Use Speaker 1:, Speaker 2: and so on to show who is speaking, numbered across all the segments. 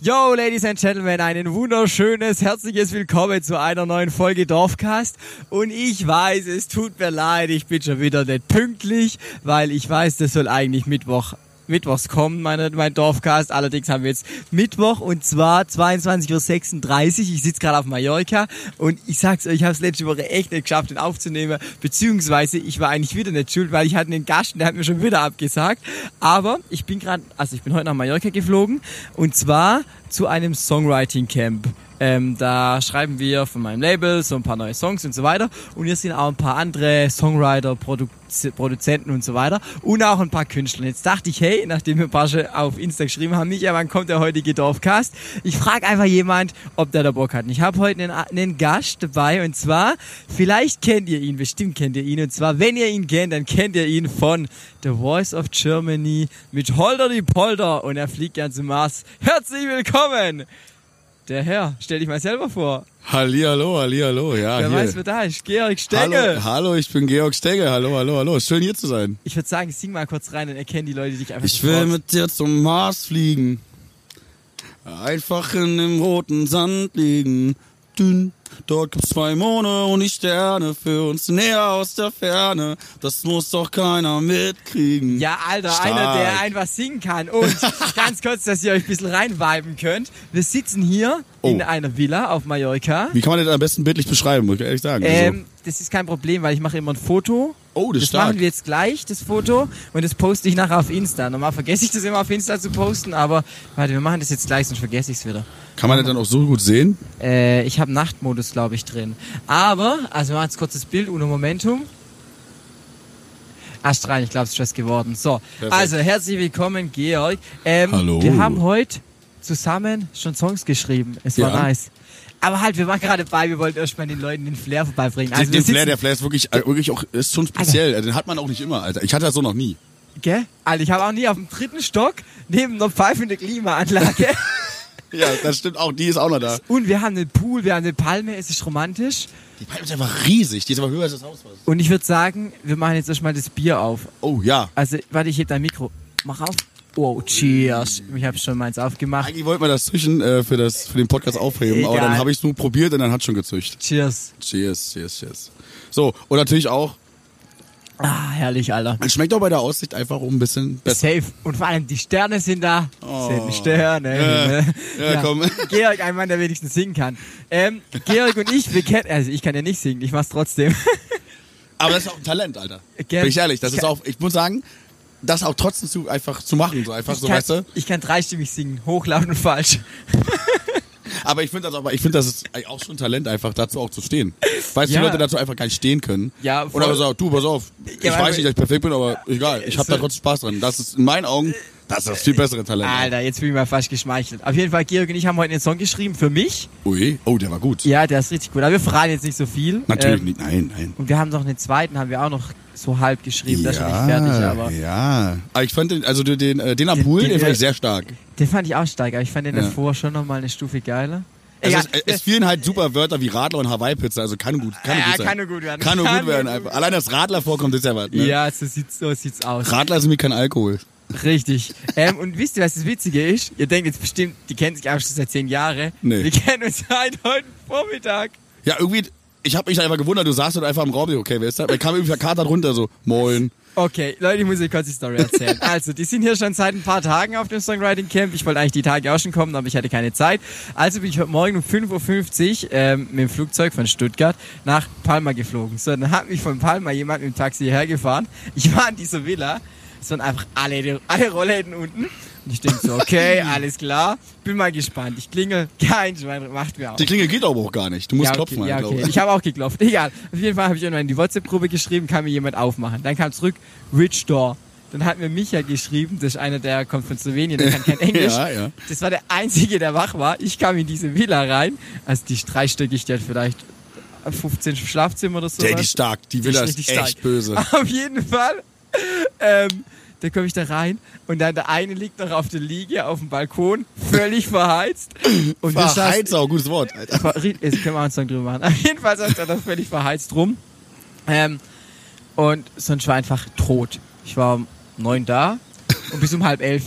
Speaker 1: Yo, Ladies and Gentlemen, ein wunderschönes, herzliches Willkommen zu einer neuen Folge Dorfcast. Und ich weiß, es tut mir leid, ich bin schon wieder nicht pünktlich, weil ich weiß, das soll eigentlich Mittwoch Mittwochs kommen, meine, mein Dorfcast. Allerdings haben wir jetzt Mittwoch und zwar 22.36 Uhr. Ich sitze gerade auf Mallorca und ich sag's euch, ich habe es letzte Woche echt nicht geschafft, den aufzunehmen. Beziehungsweise ich war eigentlich wieder nicht schuld, weil ich hatte einen Gast und der hat mir schon wieder abgesagt. Aber ich bin gerade, also ich bin heute nach Mallorca geflogen und zwar zu einem Songwriting Camp. Ähm, da schreiben wir von meinem Label so ein paar neue Songs und so weiter. Und hier sind auch ein paar andere Songwriter, Produ Produzenten und so weiter. Und auch ein paar Künstler. Jetzt dachte ich, hey, nachdem wir ein paar schon auf Insta geschrieben haben, Michael, wann kommt der heutige Dorfcast? Ich frage einfach jemand, ob der da Bock hat. Und ich habe heute einen, einen Gast dabei und zwar, vielleicht kennt ihr ihn, bestimmt kennt ihr ihn. Und zwar, wenn ihr ihn kennt, dann kennt ihr ihn von The Voice of Germany mit Holder die Polder. Und er fliegt ja zum Mars. Herzlich willkommen! Der Herr, stell dich mal selber vor.
Speaker 2: Hallihallo, hallihallo, ja.
Speaker 1: Wer
Speaker 2: Ah, hier.
Speaker 1: weiß, wer da ist? Georg Stengel.
Speaker 2: Hallo, hallo, ich bin Georg Stegge. Hallo, hallo, hallo. Schön hier zu sein.
Speaker 1: Ich würde sagen, sing mal kurz rein, dann erkennen die Leute dich einfach
Speaker 2: Ich
Speaker 1: sofort.
Speaker 2: will mit dir zum Mars fliegen. Einfach in dem roten Sand liegen. Dünn. Dort gibt's zwei Monde und die Sterne für uns näher aus der Ferne. Das muss doch keiner mitkriegen.
Speaker 1: Ja, Alter,
Speaker 2: Stark.
Speaker 1: einer, der einfach singen kann. Und ganz kurz, dass ihr euch ein bisschen reinviben könnt. Wir sitzen hier in
Speaker 2: Oh.
Speaker 1: einer Villa auf Mallorca.
Speaker 2: Wie kann man das am besten bildlich beschreiben, muss ich ehrlich sagen.
Speaker 1: Ähm, das ist kein Problem, weil ich mache immer ein Foto.
Speaker 2: also, oh, das,
Speaker 1: Das
Speaker 2: ist stark.
Speaker 1: machen wir jetzt gleich, das Foto, und das poste ich nachher auf Insta. Normal vergesse ich das immer auf Insta zu posten, aber warte, wir machen das jetzt gleich, sonst vergesse ich es wieder.
Speaker 2: Kann man das dann auch so gut sehen?
Speaker 1: Äh, ich habe Nachtmodus, glaube ich, drin. Aber, also wir machen jetzt kurz das Bild, Uno Momentum. Astral, ich glaube, es ist was geworden. So,
Speaker 2: Perfekt.
Speaker 1: also herzlich willkommen, Georg. Ähm,
Speaker 2: Hallo.
Speaker 1: Wir haben heute zusammen schon Songs geschrieben. Es war
Speaker 2: Ja.
Speaker 1: nice. Aber halt, wir waren gerade bei, wir wollten erstmal den Leuten den Flair vorbeibringen.
Speaker 2: Den-
Speaker 1: Also wir
Speaker 2: den Flair,
Speaker 1: sitzen-
Speaker 2: der Flair ist Also wirklich, äh, wirklich auch, ist schon speziell. Den hat man auch nicht immer, Alter. Ich hatte das so noch nie.
Speaker 1: Gell? Alter, ich habe auch nie auf dem dritten Stock neben einer pfeifenden Klimaanlage.
Speaker 2: Ja, das stimmt auch. Die ist auch noch da.
Speaker 1: Und wir haben einen Pool, wir haben eine Palme, es ist romantisch.
Speaker 2: Die Palme ist einfach riesig. Die ist aber höher als das Haus. Was.
Speaker 1: Und ich würde sagen, wir machen jetzt erstmal das Bier auf.
Speaker 2: Oh ja.
Speaker 1: Also, warte, ich heb dein Mikro. Mach auf. Wow, cheers. Ich habe schon meins aufgemacht.
Speaker 2: Eigentlich wollten wir das Züchen äh, für, das, für den Podcast aufheben, aber
Speaker 1: Egal.
Speaker 2: dann habe ich es nur probiert und dann hat schon gezücht.
Speaker 1: Cheers.
Speaker 2: Cheers, cheers, cheers. So, und natürlich auch,
Speaker 1: Ah, herrlich, Alter.
Speaker 2: man schmeckt auch bei der Aussicht einfach um ein bisschen besser.
Speaker 1: Safe. Und vor allem die Sterne sind da.
Speaker 2: Oh.
Speaker 1: Sind Sterne.
Speaker 2: Ja, komm.
Speaker 1: Georg, ein Mann, der wenigstens singen kann. Ähm, Georg und ich, wir kennen, also ich kann ja nicht singen, ich mach's trotzdem.
Speaker 2: Aber das ist auch ein Talent, Alter.
Speaker 1: Gell?
Speaker 2: Bin ich ehrlich, das
Speaker 1: Ich
Speaker 2: ist
Speaker 1: kann-
Speaker 2: auch, ich muss sagen, das auch trotzdem zu, einfach zu machen, so einfach, so,
Speaker 1: ich, kann,
Speaker 2: weißt du?
Speaker 1: ich kann dreistimmig singen, hoch, laut und falsch.
Speaker 2: Aber ich finde das, aber ich finde das ist eigentlich auch schon Talent, einfach dazu auch zu stehen. Weißt du,
Speaker 1: Ja.
Speaker 2: die Leute dazu einfach gar nicht stehen können.
Speaker 1: Ja, voll.
Speaker 2: Oder so, du, pass auf, ich
Speaker 1: Ja, aber- Äh,
Speaker 2: weiß nicht, dass ich perfekt bin, aber egal, ich habe da
Speaker 1: So.
Speaker 2: trotzdem Spaß dran. Das ist in meinen Augen, das ist das viel bessere Talent.
Speaker 1: Alter, jetzt bin ich mal fast geschmeichelt. Auf jeden Fall, Georg und ich haben heute einen Song geschrieben für mich.
Speaker 2: Ui, oh, der war gut.
Speaker 1: Ja, der ist richtig gut. Aber wir fragen jetzt nicht so viel.
Speaker 2: Natürlich
Speaker 1: Ähm,
Speaker 2: nicht, nein, nein.
Speaker 1: Und wir haben noch einen zweiten, haben wir auch noch so halb geschrieben, das ist schon nicht fertig, aber
Speaker 2: ja. Aber ich fand den, also den, den, äh, den am Pool, den,
Speaker 1: den-
Speaker 2: fand ich sehr stark.
Speaker 1: den fand ich auch stark, aber ich fand den
Speaker 2: Ja.
Speaker 1: davor schon nochmal eine Stufe geiler.
Speaker 2: Also
Speaker 1: Egal,
Speaker 2: es, es fielen halt super Wörter wie Radler und Hawaii-Pizza, also kann gut, kann
Speaker 1: Ja,
Speaker 2: gut sein.
Speaker 1: kann nur gut werden.
Speaker 2: Kann nur
Speaker 1: Kann
Speaker 2: gut werden
Speaker 1: nur
Speaker 2: einfach. Allein, dass Radler vorkommt, ist ja was. Ne?
Speaker 1: ja, so sieht's, so sieht's aus.
Speaker 2: Radler ist mir kein Alkohol.
Speaker 1: Richtig. ähm, und wisst ihr, was das Witzige ist? Ihr denkt jetzt bestimmt, die kennen sich einfach schon seit zehn Jahren.
Speaker 2: Nee.
Speaker 1: Wir kennen uns seit heute Vormittag.
Speaker 2: Ja, irgendwie, ich habe mich einfach gewundert, du saßt dort einfach im Raum, okay, wer ist das? Man kam irgendwie verkatert runter, so, moin.
Speaker 1: Okay, Leute, ich muss euch kurz die Story erzählen. Also, die sind hier schon seit ein paar Tagen auf dem Songwriting Camp. Ich wollte eigentlich die Tage auch schon kommen, aber ich hatte keine Zeit. Also bin ich heute Morgen um 5.50 Uhr ähm, mit dem Flugzeug von Stuttgart nach Palma geflogen. So, dann hat mich von Palma jemand mit dem Taxi hergefahren. Ich war in dieser Villa. Es waren einfach alle, alle Rollläden unten. Und ich denke so, okay, alles klar. Bin mal gespannt. Ich klingel. Kein Schwein macht mir auf.
Speaker 2: Die Klingel geht aber auch gar nicht. Du musst
Speaker 1: Ja, okay,
Speaker 2: klopfen, halt,
Speaker 1: ja,
Speaker 2: glaube
Speaker 1: okay. Ich habe auch geklopft. Egal. Auf jeden Fall habe ich irgendwann in die WhatsApp-Gruppe geschrieben, kann mir jemand aufmachen. Dann kam zurück Rich Door. Dann hat mir Micha geschrieben, das ist einer, der kommt von Slowenien, der kann kein Englisch.
Speaker 2: Ja, ja.
Speaker 1: Das war der Einzige, der wach war. Ich kam in diese Villa rein. Also die ist dreistöckig, die hat vielleicht 15 Schlafzimmer oder so.
Speaker 2: Der, die ist stark, die Villa ist, echt böse.
Speaker 1: Auf jeden Fall. Ähm, da komme ich da rein und dann der eine liegt noch auf der Liege auf dem Balkon, völlig verheizt. Und wir saßen-
Speaker 2: Verheizau, gutes Wort, Alter.
Speaker 1: Ver- Ri- Jetzt können wir auch einen Song drüber machen. Auf jeden Fall saß er da völlig verheizt rum. Ähm, und sonst war einfach tot. Ich war um neun da Und bis um halb elf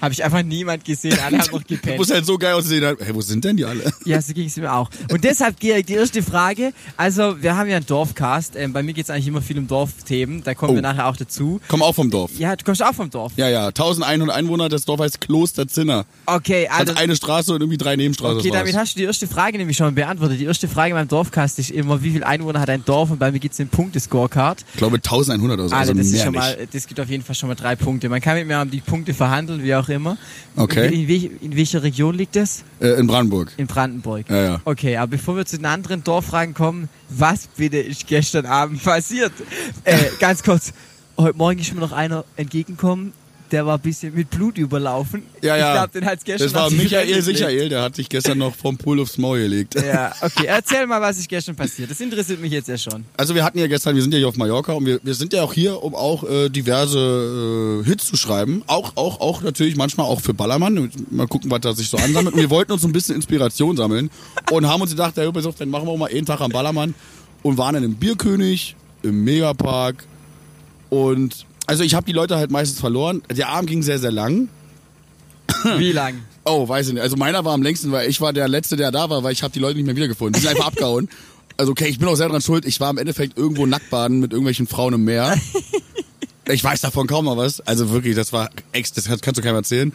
Speaker 1: habe ich einfach niemand gesehen. Alle haben noch
Speaker 2: Du
Speaker 1: gepennt.
Speaker 2: musst halt so geil aussehen. halt, Hey, wo sind denn die alle?
Speaker 1: Ja, so ging es mir auch. Und deshalb direkt die erste Frage. Also, wir haben ja einen Dorfcast. Ähm, bei mir geht es eigentlich immer viel um Dorfthemen. Da kommen
Speaker 2: Oh.
Speaker 1: wir nachher auch dazu.
Speaker 2: Komm auch vom Dorf.
Speaker 1: Ja, du kommst auch vom Dorf.
Speaker 2: Ja, ja, 1100 Einwohner, das Dorf heißt Klosterzinner.
Speaker 1: Okay,
Speaker 2: Hat
Speaker 1: also.
Speaker 2: eine Straße und irgendwie drei Nebenstraßen.
Speaker 1: Okay,
Speaker 2: das
Speaker 1: damit
Speaker 2: war's.
Speaker 1: hast du die erste Frage nämlich schon beantwortet. Die erste Frage beim Dorfcast ist immer, wie viel Einwohner hat ein Dorf? Und bei mir gibt es den Punktescorecard.
Speaker 2: ich glaube 1100 oder so.
Speaker 1: Also,
Speaker 2: also
Speaker 1: das ist
Speaker 2: mehr
Speaker 1: schon
Speaker 2: nicht.
Speaker 1: mal, das gibt auf jeden Fall schon mal drei Punkte. Man kann mit mir um die Punkte verhandeln, wie auch immer.
Speaker 2: Okay.
Speaker 1: In, wel- in welcher Region liegt das?
Speaker 2: Äh, in Brandenburg.
Speaker 1: In Brandenburg.
Speaker 2: Äh, Ja, ja.
Speaker 1: Okay, aber bevor wir zu den anderen Dorffragen kommen, was bitte ist gestern Abend passiert? Äh, ganz kurz, heute Morgen ist mir noch einer entgegengekommen, der war ein bisschen mit Blut überlaufen.
Speaker 2: Ja,
Speaker 1: Ich
Speaker 2: ja.
Speaker 1: glaube, den hat es gestern
Speaker 2: Das war
Speaker 1: auf die
Speaker 2: Michael
Speaker 1: Fresse gelegt.
Speaker 2: Sichael, der hat sich gestern noch vom Pool aufs Maul gelegt.
Speaker 1: Ja, okay, erzähl mal, was ist gestern passiert. Das interessiert mich jetzt ja schon.
Speaker 2: Also wir hatten ja gestern, wir sind ja hier auf Mallorca und wir, wir sind ja auch hier, um auch äh, diverse äh, Hits zu schreiben. Auch, auch, auch natürlich manchmal auch für Ballermann. Mal gucken, was da sich so ansammelt. Und wir wollten uns so ein bisschen Inspiration sammeln und haben uns gedacht, ja, pass auf, dann machen wir auch mal einen Tag am Ballermann und waren dann im Bierkönig, im Megapark und also ich habe die Leute halt meistens verloren. Der Abend ging sehr, sehr lang.
Speaker 1: Wie lang?
Speaker 2: Oh, weiß ich nicht. Also meiner war am längsten, weil ich war der Letzte, der da war, weil ich habe die Leute nicht mehr wiedergefunden. Die sind einfach abgehauen. Also okay, ich bin auch selber dran schuld. Ich war im Endeffekt irgendwo nackt baden mit irgendwelchen Frauen im Meer. Ich weiß davon kaum mal was. Also wirklich, das war ex, das kannst du keinem erzählen.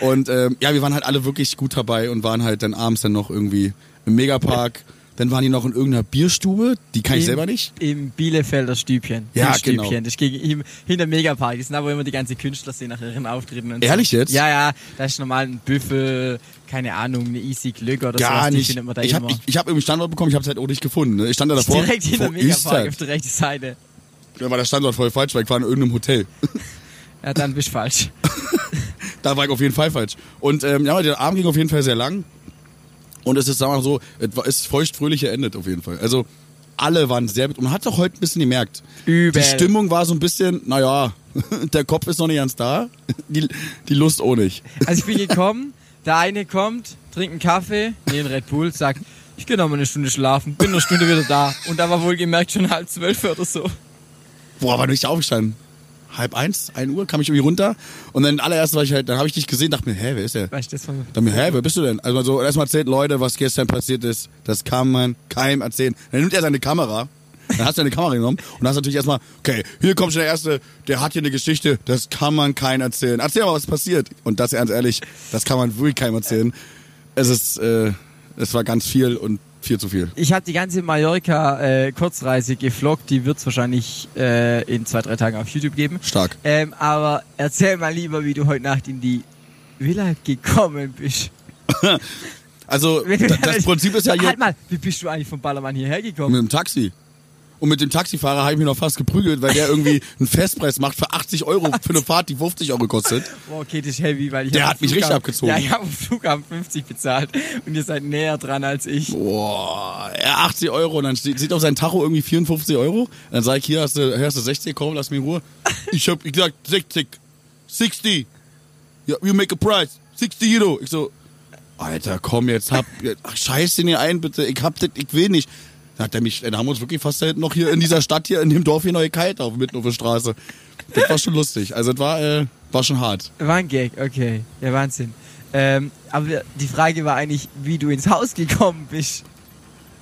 Speaker 2: Und ähm, ja, wir waren halt alle wirklich gut dabei und waren halt dann abends dann noch irgendwie im Megapark. Dann waren die noch in irgendeiner Bierstube. Die kann ich
Speaker 1: Im-
Speaker 2: selber nicht.
Speaker 1: Im Bielefelder Stübchen.
Speaker 2: Ja,
Speaker 1: Im Stübchen.
Speaker 2: genau.
Speaker 1: Das ist gegen, im, hinter Megapark. Das sind aber immer die ganzen Künstler, die nach ihren Auftritten und
Speaker 2: Ehrlich
Speaker 1: so.
Speaker 2: jetzt?
Speaker 1: Ja, ja. Da ist normal ein Büffel, keine Ahnung, eine Easy Glück oder
Speaker 2: Gar
Speaker 1: sowas. Die
Speaker 2: nicht.
Speaker 1: findet man da
Speaker 2: ich habe
Speaker 1: immer.
Speaker 2: ich, ich hab irgendwie Standort bekommen, ich habe es halt auch nicht gefunden. Ne? Ich stand da davor.
Speaker 1: Direkt hinter
Speaker 2: vor
Speaker 1: Megapark
Speaker 2: Eastside.
Speaker 1: auf der rechten Seite.
Speaker 2: Da war der Standort voll falsch, weil ich war in irgendeinem Hotel.
Speaker 1: Ja, dann bist du falsch.
Speaker 2: Da war ich auf jeden Fall falsch. Und ähm, ja, der Abend ging auf jeden Fall sehr lang. Und es ist, sagen wir mal so, es war- ist feuchtfröhlich geendet auf jeden Fall. Also alle waren sehr mit. Und man hat doch heute ein bisschen gemerkt.
Speaker 1: Übel.
Speaker 2: Die Stimmung war so ein bisschen, naja, der Kopf ist noch nicht ganz da. Die, die Lust auch nicht.
Speaker 1: Also ich bin gekommen, der eine kommt, trinkt einen Kaffee, nee, einen Red Bull, sagt, ich gehe noch mal eine Stunde schlafen, bin eine Stunde wieder da. Und da war wohlgemerkt schon halb zwölf oder so.
Speaker 2: Boah, wann bin ich da aufgestanden? Halb eins, ein Uhr, kam ich irgendwie runter. Und dann allererst war ich halt, dann habe ich dich gesehen, dachte mir, hä, wer ist der?
Speaker 1: Weißt du, das war
Speaker 2: Dann mir, hä, wer bist du denn? Also so, erstmal erzählt Leute, was gestern passiert ist. Das kann man keinem erzählen. Dann nimmt er seine Kamera. Dann hast du deine Kamera genommen und hast natürlich erstmal, okay, hier kommt schon der Erste, der hat hier eine Geschichte, das kann man keinem erzählen. Erzähl mal, was passiert. Und das ernst ehrlich, das kann man wirklich keinem erzählen. Es ist, äh, es war ganz viel und viel zu viel.
Speaker 1: Ich habe die ganze Mallorca-Kurzreise gefloggt, die wird's wahrscheinlich äh, in zwei, drei Tagen auf YouTube geben.
Speaker 2: Stark.
Speaker 1: Ähm, aber erzähl mal lieber, wie du heute Nacht in die Villa gekommen bist.
Speaker 2: Also, d- das Prinzip ist ja hier
Speaker 1: Halt mal, wie bist du eigentlich vom Ballermann hierher gekommen?
Speaker 2: mit dem Taxi. Und mit dem Taxifahrer habe ich mich noch fast geprügelt, weil der irgendwie einen Festpreis macht für 80 Euro für eine Fahrt, die 50 Euro kostet.
Speaker 1: Boah, okay, das ist heavy, weil ich
Speaker 2: Der
Speaker 1: hab
Speaker 2: hat
Speaker 1: am
Speaker 2: mich richtig
Speaker 1: Flughafen-
Speaker 2: abgezogen.
Speaker 1: Ja, ich habe am Flughafen 50 bezahlt und ihr seid näher dran als ich.
Speaker 2: Boah, ja, 80 Euro. Und dann steht, sieht auf sein Tacho irgendwie 54 Euro. Dann sag ich, hier hast du, hier hast du 60, komm, lass mich in Ruhe. Ich hab gesagt, 60. 60. Ja, you make a price. 60 Euro. Ich so, Alter, komm, jetzt hab, ach, scheiß den hier ein, bitte. Ich hab das, ich will nicht. Dann hat er mich, dann haben wir uns wirklich fast da hinten noch hier in dieser Stadt hier, in dem Dorf hier neue Kalt auf, mitten auf der Straße. Das war schon lustig. Also, das war, äh, war schon hart.
Speaker 1: War ein Gag, okay. Ja, Wahnsinn. Ähm, aber wir- die Frage war eigentlich, wie du ins Haus gekommen bist.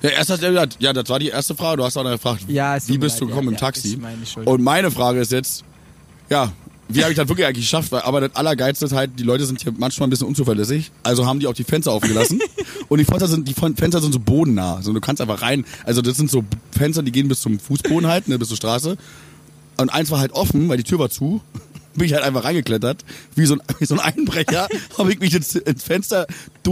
Speaker 2: Ja, erst hast du ja gesagt, ja, das war die erste Frage. Du hast auch noch gefragt,
Speaker 1: Ja, es
Speaker 2: wie
Speaker 1: tut mir
Speaker 2: bist du
Speaker 1: leid,
Speaker 2: gekommen
Speaker 1: ja,
Speaker 2: im
Speaker 1: ja,
Speaker 2: Taxi?
Speaker 1: ist meine Schuld.
Speaker 2: Und meine Frage ist jetzt, ja, wie habe ich das wirklich eigentlich geschafft? Weil, aber das Allergeilste ist halt, die Leute sind hier manchmal ein bisschen unzuverlässig. Also haben die auch die Fenster aufgelassen. und die Fenster sind, die Fen- Fenster sind so bodennah. Also du kannst einfach rein. Also das sind so Fenster, die gehen bis zum Fußboden halt, ne, bis zur Straße. Und eins war halt offen, weil die Tür war zu. Bin ich halt einfach reingeklettert. Wie so ein, wie so ein Einbrecher habe ich mich ins, ins Fenster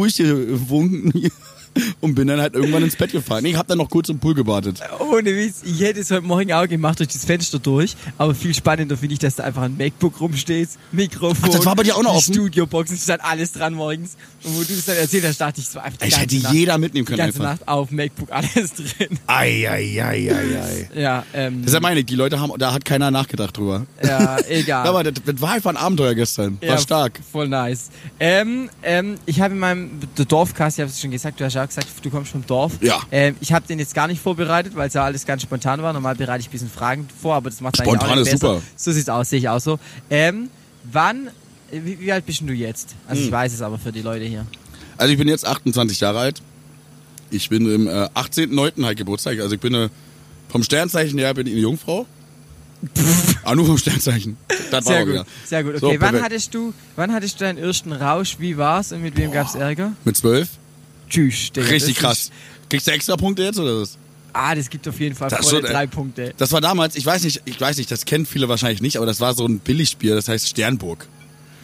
Speaker 2: durchgewunken und bin dann halt irgendwann ins Bett gefahren. Nee, ich habe dann noch kurz im Pool gewartet.
Speaker 1: Ohne Witz, ich hätte es heute Morgen auch gemacht durch das Fenster durch, aber viel spannender finde ich, dass da einfach ein MacBook rumsteht, Mikrofon,
Speaker 2: Ach, das war bei dir auch noch
Speaker 1: die
Speaker 2: offen?
Speaker 1: Studiobox, es stand alles dran morgens. Und wo du es dann erzählt hast, dachte ich, es war einfach die
Speaker 2: Ich
Speaker 1: ganze
Speaker 2: hätte
Speaker 1: Nacht,
Speaker 2: jeder mitnehmen
Speaker 1: die
Speaker 2: können
Speaker 1: ganze
Speaker 2: einfach.
Speaker 1: Nacht auf MacBook alles drin.
Speaker 2: Ei, ei, ei, ei, ei.
Speaker 1: Ja, ähm,
Speaker 2: Deshalb meine ich, die Leute haben, da hat keiner nachgedacht drüber.
Speaker 1: ja, egal.
Speaker 2: Aber das, das war einfach ein Abenteuer gestern. War
Speaker 1: Ja,
Speaker 2: stark.
Speaker 1: Voll nice. Ähm, ähm, ich habe in meinem der Dorfcast, ich habe es schon gesagt, du hast ja auch gesagt, du kommst vom Dorf.
Speaker 2: Ja.
Speaker 1: Ähm, ich habe den jetzt gar nicht vorbereitet, weil es ja alles ganz spontan war. Normal bereite ich ein bisschen Fragen vor, aber das macht eigentlich
Speaker 2: Spontan
Speaker 1: auch nicht
Speaker 2: ist
Speaker 1: besser.
Speaker 2: super.
Speaker 1: So sieht's aus, sehe ich auch so. Ähm, wann Wie, wie alt bist denn du jetzt? Also
Speaker 2: Hm.
Speaker 1: ich weiß es aber für die Leute hier.
Speaker 2: Also ich bin jetzt 28 Jahre alt. Ich bin im äh, 18.09. halt Geburtstag. Also ich bin äh, vom Sternzeichen her bin ich eine Jungfrau. ah, nur vom Sternzeichen. Das
Speaker 1: Sehr
Speaker 2: auch
Speaker 1: gut,
Speaker 2: wieder.
Speaker 1: sehr gut.
Speaker 2: So,
Speaker 1: Okay, wann
Speaker 2: perfekt.
Speaker 1: hattest du, wann hattest du deinen ersten Rausch? Wie war's und mit wem gab's Ärger?
Speaker 2: Mit 12?
Speaker 1: Tschüss. Digga,
Speaker 2: Richtig
Speaker 1: das ist-
Speaker 2: krass. Kriegst du extra Punkte jetzt oder was?
Speaker 1: Ah, das gibt auf jeden Fall
Speaker 2: Das äh, ist
Speaker 1: volle
Speaker 2: so-
Speaker 1: drei Punkte.
Speaker 2: Das war damals, ich weiß nicht, ich weiß nicht, das kennen viele wahrscheinlich nicht, aber das war so ein Billigbier, das heißt Sternburg.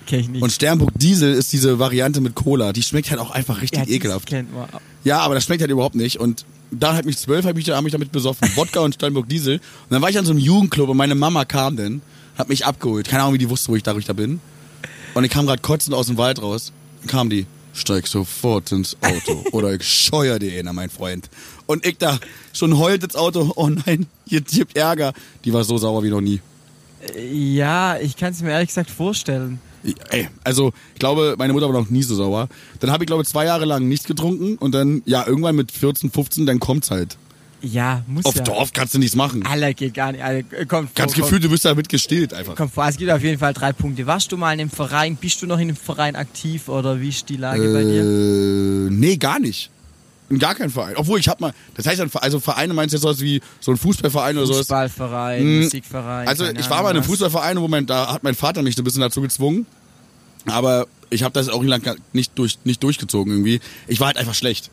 Speaker 1: Kenn ich nicht.
Speaker 2: Und Sternburg Diesel ist diese Variante mit Cola, die schmeckt halt auch einfach richtig
Speaker 1: ja, das
Speaker 2: ekelhaft.
Speaker 1: kennt man.
Speaker 2: Ja, aber das schmeckt halt überhaupt nicht. Und da hat mich zwölf, habe ich, da- hab ich damit besoffen. Wodka und Steinburg Diesel. Und dann war ich an so einem Jugendclub und meine Mama kam dann, hat mich abgeholt. Keine Ahnung, wie die wusste, wo ich dadurch da bin. Und ich kam gerade kotzend aus dem Wald raus. Dann kam die, steig sofort ins Auto oder ich scheuer dir einer, mein Freund. Und ich da, schon heult ins Auto, oh nein, hier gibt Ärger. Die war so sauer wie noch nie.
Speaker 1: Ja, ich kann es mir ehrlich gesagt vorstellen.
Speaker 2: Ey, also ich glaube, meine Mutter war noch nie so sauer. Dann habe ich, glaube zwei Jahre lang nichts getrunken und dann, ja, irgendwann mit 14, 15, dann kommt's halt.
Speaker 1: Ja, muss
Speaker 2: Auf
Speaker 1: ja.
Speaker 2: Dorf kannst du nichts machen.
Speaker 1: Aller geht gar nicht. Alle, äh, kommt
Speaker 2: Ganz
Speaker 1: vor,
Speaker 2: Gefühl, du bist damit gestillt einfach.
Speaker 1: Kommt vor, es gibt auf jeden Fall drei Punkte. Warst du mal in einem Verein? Bist du noch in einem Verein aktiv oder wie ist die Lage bei dir?
Speaker 2: Äh, nee, gar nicht. In gar keinem Verein. Obwohl, ich hab mal, das heißt dann, also Vereine meinst du jetzt sowas wie so ein Fußballverein oder sowas?
Speaker 1: Fußballverein,
Speaker 2: Hm,
Speaker 1: Musikverein.
Speaker 2: Also
Speaker 1: keine
Speaker 2: ich war mal in einem
Speaker 1: Ahnung was.
Speaker 2: Fußballverein, wo mein, da hat mein Vater mich so ein bisschen dazu gezwungen. Aber ich habe das auch lang nicht, durch, nicht durchgezogen irgendwie. Ich war halt einfach schlecht.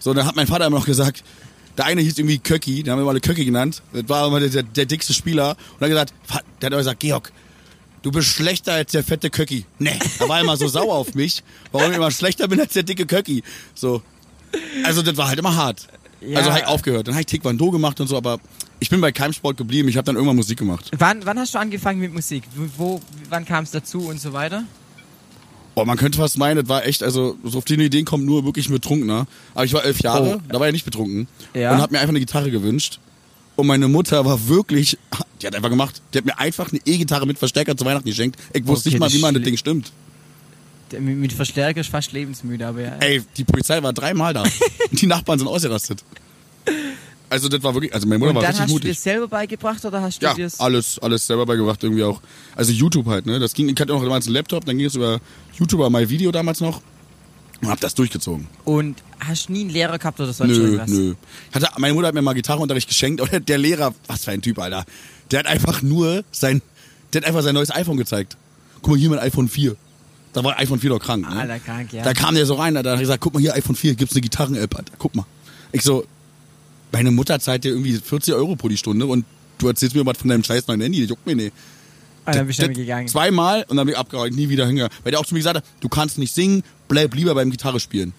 Speaker 2: So, dann hat mein Vater immer noch gesagt, der eine hieß irgendwie Köcki, den haben wir mal Köcki genannt. Das war immer der, der, der dickste Spieler. Und dann gesagt, Fa- der hat immer gesagt, Georg, du bist schlechter als der fette Köcki. Nee, er war immer so sauer auf mich, warum ich immer schlechter bin als der dicke Köcki. So. Also das war halt immer hart.
Speaker 1: Ja.
Speaker 2: Also habe ich aufgehört. Dann habe ich Taekwondo gemacht und so, aber ich bin bei keinem Sport geblieben. Ich habe dann irgendwann Musik gemacht.
Speaker 1: Wann, wann hast du angefangen mit Musik? Wo, wo wann kam es dazu und so weiter?
Speaker 2: Oh, man könnte fast meinen, das war echt, also so auf die Ideen kommt nur wirklich ein Betrunkener. Aber ich war elf Jahre, da war ich nicht betrunken.
Speaker 1: Oh. Ja.
Speaker 2: Und hab mir einfach eine Gitarre gewünscht. Und meine Mutter war wirklich, die hat einfach gemacht, die hat mir einfach eine E-Gitarre mit Verstärker zu Weihnachten geschenkt. Ich wusste
Speaker 1: Okay,
Speaker 2: nicht mal,
Speaker 1: das
Speaker 2: wie man das
Speaker 1: schli-
Speaker 2: Ding stimmt.
Speaker 1: Der- Mit, mit Verstärker ist fast lebensmüde, aber ja.
Speaker 2: Ey, die Polizei war dreimal da. die Nachbarn sind ausgerastet. Also das war wirklich, also meine Mutter
Speaker 1: und
Speaker 2: war
Speaker 1: dann
Speaker 2: richtig
Speaker 1: hast du dir
Speaker 2: mutig.
Speaker 1: selber beigebracht oder hast du
Speaker 2: Ja, also-
Speaker 1: dir's?
Speaker 2: alles, alles selber beigebracht irgendwie auch. Also YouTube halt, ne? Das ging, ich hatte auch damals einen Laptop, dann ging es über YouTuber My Video damals noch und hab das durchgezogen.
Speaker 1: Und hast nie einen Lehrer gehabt oder sonst
Speaker 2: Nö,
Speaker 1: irgendwas?
Speaker 2: nö. Hatte, meine Mutter hat mir mal Gitarrenunterricht geschenkt und der Lehrer, was für ein Typ, Alter. Der hat einfach nur sein, der hat einfach sein neues iPhone gezeigt. Guck mal, hier mein iPhone 4. Da war iPhone 4 doch krank. Ne?
Speaker 1: Alter, krank, ja.
Speaker 2: Da kam der so rein, da hat er gesagt, guck mal hier, iPhone 4, gibt's eine Gitarren-App, Alter. Guck mal. Ich so, meine Mutter zahlt dir irgendwie 40 Euro pro die Stunde und du erzählst mir was von deinem scheiß neuen Handy, das juckt mir nicht.
Speaker 1: Und Ah, dann bist du
Speaker 2: Das-
Speaker 1: damit gegangen.
Speaker 2: Zweimal und dann bin ich abgehauen, nie wieder hingegangen. Weil der auch zu mir gesagt hat, du kannst nicht singen, bleib lieber beim Gitarre spielen.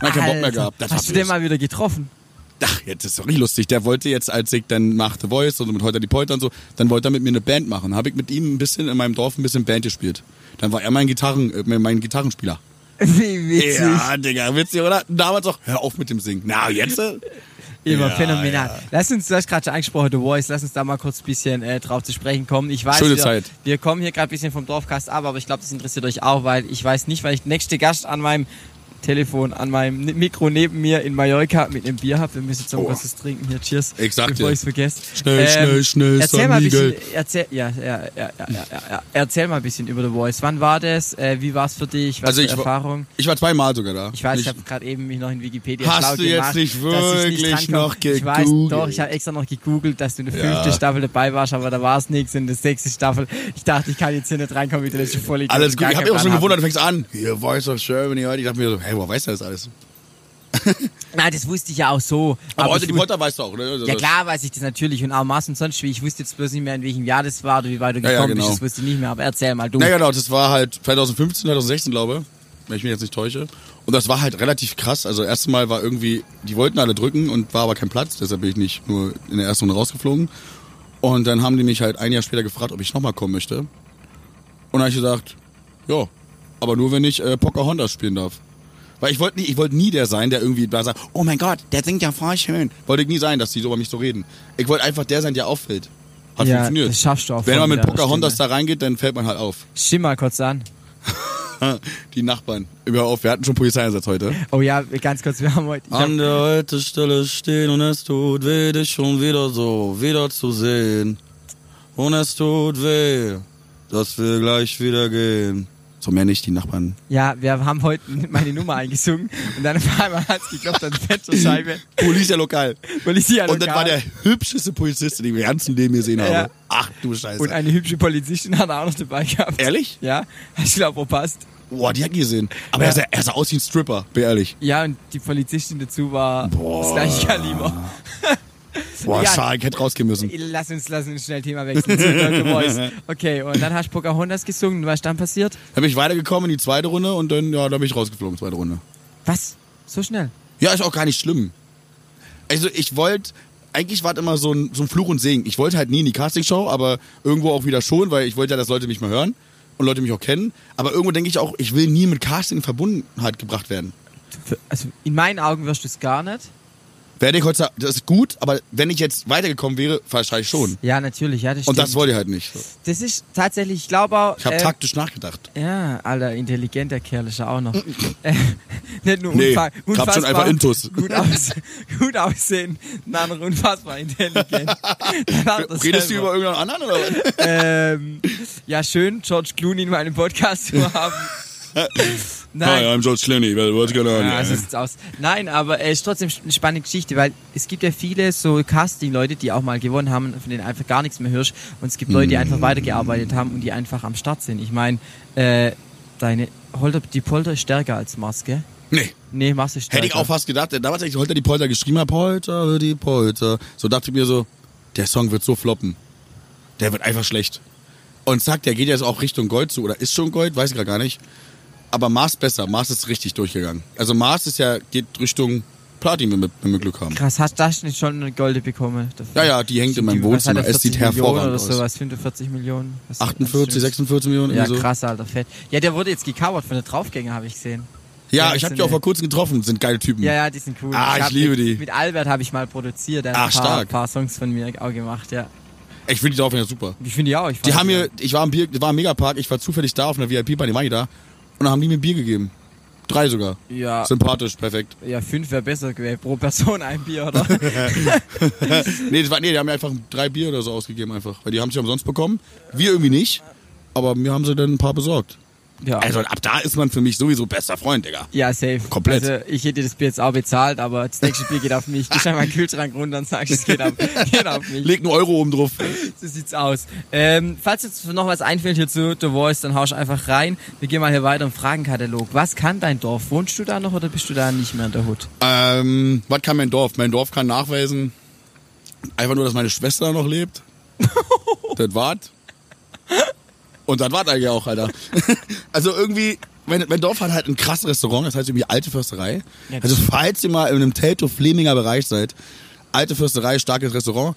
Speaker 2: Dann hab ich keinen Bock mehr
Speaker 1: Alter,
Speaker 2: gehabt. Das war
Speaker 1: Also, hast du den
Speaker 2: böse.
Speaker 1: mal wieder getroffen?
Speaker 2: Ach, jetzt ist doch nicht lustig. Der wollte jetzt, als ich dann nach The Voice und mit Heute die Polter und so, dann wollte er mit mir eine Band machen. Habe ich mit ihm ein bisschen in meinem Dorf ein bisschen Band gespielt. Dann war er mein, Gitarren, äh, mein Gitarrenspieler.
Speaker 1: Wie witzig.
Speaker 2: Ja, Digga, witzig, oder? Damals auch, hör auf mit dem Singen. Na, jetzt? äh?
Speaker 1: Immer
Speaker 2: Ja,
Speaker 1: phänomenal.
Speaker 2: ja.
Speaker 1: Lass uns, du hast gerade schon angesprochen, The Voice, lass uns da mal kurz ein bisschen äh, drauf zu sprechen kommen. Ich weiß,
Speaker 2: Schöne
Speaker 1: wir,
Speaker 2: Zeit.
Speaker 1: wir kommen hier gerade ein bisschen vom Dorfcast ab, aber ich glaube, das interessiert euch auch, weil ich weiß nicht, weil ich den nächsten Gast an meinem Telefon, an meinem Ni- Mikro neben mir in Mallorca mit einem Bier habe. Wir müssen jetzt noch
Speaker 2: Oh.
Speaker 1: was zu trinken. Hier, cheers.
Speaker 2: Ich sag
Speaker 1: bevor
Speaker 2: dir.
Speaker 1: ich es vergesse. Ähm,
Speaker 2: Schnell, schnell, schnell,
Speaker 1: Erzähl mal ein bisschen,
Speaker 2: San
Speaker 1: erzähl, ja, ja, ja, ja, ja, ja, ja. erzähl mal ein bisschen über The Voice. Wann war das? Äh, wie war es für dich? Was
Speaker 2: Also
Speaker 1: für
Speaker 2: ich war-
Speaker 1: Erfahrung?
Speaker 2: Ich war zweimal sogar da.
Speaker 1: Ich weiß, ich
Speaker 2: Nicht-
Speaker 1: habe gerade eben mich noch in Wikipedia
Speaker 2: Hast
Speaker 1: schlau
Speaker 2: du jetzt
Speaker 1: gemacht,
Speaker 2: nicht
Speaker 1: dass ich
Speaker 2: wirklich
Speaker 1: drankomme.
Speaker 2: noch
Speaker 1: Ich weiß,
Speaker 2: gegoogelt?
Speaker 1: doch, ich habe extra noch gegoogelt, dass du in der
Speaker 2: Ja.
Speaker 1: fünften Staffel dabei warst, aber da war es nichts in der sechsten Staffel. Ich dachte, ich kann jetzt hier nicht reinkommen mit der letzten Folge.
Speaker 2: Alles gut, ich habe mich auch schon gewundert, du fängst an. Hier, Voice of Germany heute. Ich dachte mir so, hey, woher weißt du das alles?
Speaker 1: Nein, das wusste ich ja auch so.
Speaker 2: Aber, heute
Speaker 1: ich
Speaker 2: die
Speaker 1: wus-
Speaker 2: Polter weißt du auch, ne?
Speaker 1: ja klar weiß ich das natürlich und auch Mars und sonst wie. Ich wusste jetzt bloß nicht mehr, in welchem Jahr das war oder wie weit du
Speaker 2: Ja,
Speaker 1: gekommen
Speaker 2: ja, genau.
Speaker 1: bist. Das wusste ich nicht mehr, aber erzähl mal du.
Speaker 2: Na genau, das war halt 2015, 2016, glaube wenn ich mich jetzt nicht täusche. Und das war halt relativ krass. Also erstes Mal war irgendwie, die wollten alle drücken und war aber kein Platz, deshalb bin ich nicht nur in der ersten Runde rausgeflogen. Und dann haben die mich halt ein Jahr später gefragt, ob ich nochmal kommen möchte. Und dann habe ich gesagt, ja, aber nur wenn ich äh, Pocahontas spielen darf. Weil ich wollte nie, ich wollte nie der sein, der irgendwie da sagt, oh mein Gott, der singt ja voll schön. Wollte ich nie sein, dass die so über mich so reden. Ich wollte einfach der sein, der auffällt. Hat
Speaker 1: Ja,
Speaker 2: funktioniert.
Speaker 1: das ne? schaffst du auch
Speaker 2: Wenn
Speaker 1: voll
Speaker 2: man mit
Speaker 1: mit deiner
Speaker 2: Pocahontas da reingeht, dann fällt man halt auf.
Speaker 1: Schimm mal kurz an.
Speaker 2: Die Nachbarn. Hör auf, wir hatten schon Polizeieinsatz heute.
Speaker 1: Oh ja, ganz kurz, wir haben heute... Ich hab,
Speaker 2: An der alten Stelle stehen und es tut weh, dich schon wieder so wiederzusehen. Und es tut weh, dass wir gleich wieder gehen. So mehr nicht, die Nachbarn.
Speaker 1: Ja, wir haben heute meine Nummer eingesungen und dann auf einmal hat es geklopft an die Fensterscheibe.
Speaker 2: Polizia lokal.
Speaker 1: Weil ich sie alle
Speaker 2: Und das war der hübscheste Polizist, den ich im ganzen Leben gesehen habe.
Speaker 1: Ja.
Speaker 2: Ach du Scheiße.
Speaker 1: Und eine hübsche Polizistin hat er auch noch dabei gehabt.
Speaker 2: Ehrlich?
Speaker 1: Ja, ich glaube, verpasst.
Speaker 2: Boah, die hat gesehen. Aber er, sah, er sah aus wie ein Stripper, bin ehrlich.
Speaker 1: Ja, und die Polizistin dazu war
Speaker 2: Boah.
Speaker 1: das gleiche Kaliber.
Speaker 2: Boah,
Speaker 1: Ja.
Speaker 2: schade, ich hätte rausgehen müssen.
Speaker 1: Lass uns, lass uns schnell Thema wechseln. zu Dr. Voice. Okay, und dann hast du Pocahontas gesungen. Was ist dann passiert?
Speaker 2: Dann bin ich weitergekommen in die zweite Runde und dann, ja, da bin ich rausgeflogen, zweite Runde.
Speaker 1: Was? So schnell?
Speaker 2: Ja, ist auch gar nicht schlimm. Also ich wollte, eigentlich war das immer so ein, so ein Fluch und Segen. Ich wollte halt nie in die Castingshow, aber irgendwo auch wieder schon, weil ich wollte ja, dass Leute mich mal hören und Leute mich auch kennen. Aber irgendwo denke ich auch, ich will nie mit Casting in Verbundenheit gebracht werden.
Speaker 1: Für- Also in meinen Augen wirst du es gar nicht.
Speaker 2: Werde ich heute, das ist gut, aber wenn ich jetzt weitergekommen wäre, wahrscheinlich schon.
Speaker 1: Ja, natürlich, ja, das
Speaker 2: Hm. Und
Speaker 1: stimmt.
Speaker 2: das wollte ich halt nicht.
Speaker 1: das ist tatsächlich, ich glaube auch.
Speaker 2: Ich habe
Speaker 1: ähm,
Speaker 2: taktisch nachgedacht.
Speaker 1: Ja, alter, intelligenter Kerl ist er auch noch. äh, nicht nur
Speaker 2: Nee,
Speaker 1: unfa
Speaker 2: ich hab schon
Speaker 1: unfassbar.
Speaker 2: einfach Intus.
Speaker 1: Gut, aus gut aussehen, dann noch unfassbar intelligent. Dann macht er's
Speaker 2: Redest du
Speaker 1: selber.
Speaker 2: über irgendeinen anderen oder was?
Speaker 1: Ähm, ja, schön, George Clooney in meinem Podcast zu haben.
Speaker 2: Ah,
Speaker 1: Nein,
Speaker 2: I'm George Clooney, weil du keine
Speaker 1: ja, so sieht's aus. Nein, aber es äh, ist trotzdem eine spannende Geschichte, weil es gibt ja viele so Casting-Leute, die auch mal gewonnen haben, von denen einfach gar nichts mehr hörst. Und es gibt Leute, die
Speaker 2: Mm.
Speaker 1: einfach weitergearbeitet haben und die einfach am Start sind. Ich meine, äh, deine Holter, die Polter ist stärker als Maske.
Speaker 2: Nee.
Speaker 1: Nee, Maske ist stärker.
Speaker 2: Hätte ich auch fast gedacht, denn damals, als ich Holter die Polter geschrieben habe, Polter die Polter, so dachte ich mir so, der Song wird so floppen. Der wird einfach schlecht. Und zack, der geht jetzt auch Richtung Gold zu, oder ist schon Gold, weiß ich grad gar nicht. Aber Mars besser, Mars ist richtig durchgegangen. Also Mars ist ja, geht Richtung Platin, wenn wir, wenn wir Glück haben.
Speaker 1: Krass, hast du das nicht schon eine Golde bekommen? dafür?
Speaker 2: Ja, ja, die hängt in meinem
Speaker 1: Die- was hat
Speaker 2: Wohnzimmer,
Speaker 1: er,
Speaker 2: es sieht
Speaker 1: 40 Millionen
Speaker 2: hervorragend
Speaker 1: oder
Speaker 2: aus.
Speaker 1: sowas, 45 Millionen. Was-
Speaker 2: 48, 46 Millionen,
Speaker 1: Ja,
Speaker 2: irgendwie so.
Speaker 1: krass, alter, fett. Ja, der wurde jetzt gecovert von der Draufgänger, habe ich gesehen.
Speaker 2: Ja,
Speaker 1: Ja,
Speaker 2: ich
Speaker 1: das
Speaker 2: habe die auch
Speaker 1: sind-
Speaker 2: vor kurzem getroffen, sind geile Typen.
Speaker 1: Ja, ja, die sind cool.
Speaker 2: Ah, ich
Speaker 1: hab
Speaker 2: liebe
Speaker 1: mit,
Speaker 2: die.
Speaker 1: Mit Albert habe ich mal produziert. Er hat
Speaker 2: Ah,
Speaker 1: ein paar,
Speaker 2: stark.
Speaker 1: paar Songs von mir auch gemacht, ja.
Speaker 2: Ich finde die Dorfgänger super.
Speaker 1: Ich finde die auch. Ich
Speaker 2: Die
Speaker 1: fand
Speaker 2: haben mir, ich war im, Bier, war im Megapark, ich war zufällig da auf einer VIP bei dem Manni da und dann haben die mir Bier gegeben. Drei sogar.
Speaker 1: Ja.
Speaker 2: Sympathisch, perfekt.
Speaker 1: Ja, fünf wäre besser gewesen. Pro Person ein Bier, oder?
Speaker 2: Nee, das war, nee, die haben mir einfach drei Bier oder so ausgegeben einfach, weil die haben sie umsonst bekommen. Wir irgendwie nicht, aber mir haben sie dann ein paar besorgt.
Speaker 1: ja.
Speaker 2: Also ab da ist man für mich sowieso bester Freund, Digga.
Speaker 1: ja, safe.
Speaker 2: Komplett.
Speaker 1: Also, ich hätte das Bier jetzt auch bezahlt, aber das nächste Bier geht auf mich. Ich schau meinen Kühlschrank runter und sag, es geht auf, geht auf mich.
Speaker 2: Leg einen Euro oben drauf.
Speaker 1: So sieht's aus. Ähm, falls jetzt noch was einfällt hier zu The Voice, dann hausch einfach rein. Wir gehen mal hier weiter im Fragenkatalog. Was kann dein Dorf? Wohnst du da noch oder bist du da nicht mehr in der Hut?
Speaker 2: Ähm, was kann mein Dorf? Mein Dorf kann nachweisen, einfach nur, dass meine Schwester noch lebt. das war's. Und das war's eigentlich auch, Alter. also irgendwie, mein, mein Dorf hat halt ein krasses Restaurant, das heißt irgendwie Alte Försterei.
Speaker 1: Ja, das-
Speaker 2: also falls ihr mal in einem Teltow-Fleminger Bereich seid, Alte Försterei, starkes Restaurant.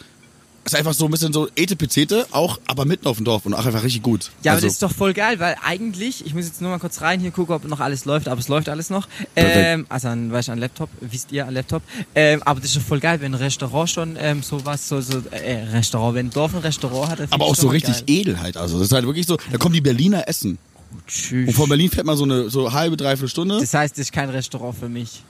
Speaker 2: Ist einfach so ein bisschen so Etepetete, auch, aber mitten auf dem Dorf und auch einfach richtig gut.
Speaker 1: Ja, aber
Speaker 2: also,
Speaker 1: das ist doch voll geil, weil eigentlich, ich muss jetzt nur mal kurz rein hier gucken, ob noch alles läuft, aber es läuft alles noch. Ähm, also an, weißt, du, an Laptop, wisst ihr, an Laptop. Ähm, aber das ist doch voll geil, wenn ein Restaurant schon ähm, sowas, so, so, äh, Restaurant, wenn ein Dorf ein Restaurant hat. dann find
Speaker 2: aber
Speaker 1: ich
Speaker 2: auch
Speaker 1: das
Speaker 2: so
Speaker 1: doch
Speaker 2: richtig
Speaker 1: geil.
Speaker 2: edel halt. Also, das ist halt wirklich so, da kommen die Berliner essen. e- Und
Speaker 1: Tschüss.
Speaker 2: von Berlin fährt man so eine so halbe, dreiviertel Stunde.
Speaker 1: Das heißt, das ist kein Restaurant für mich.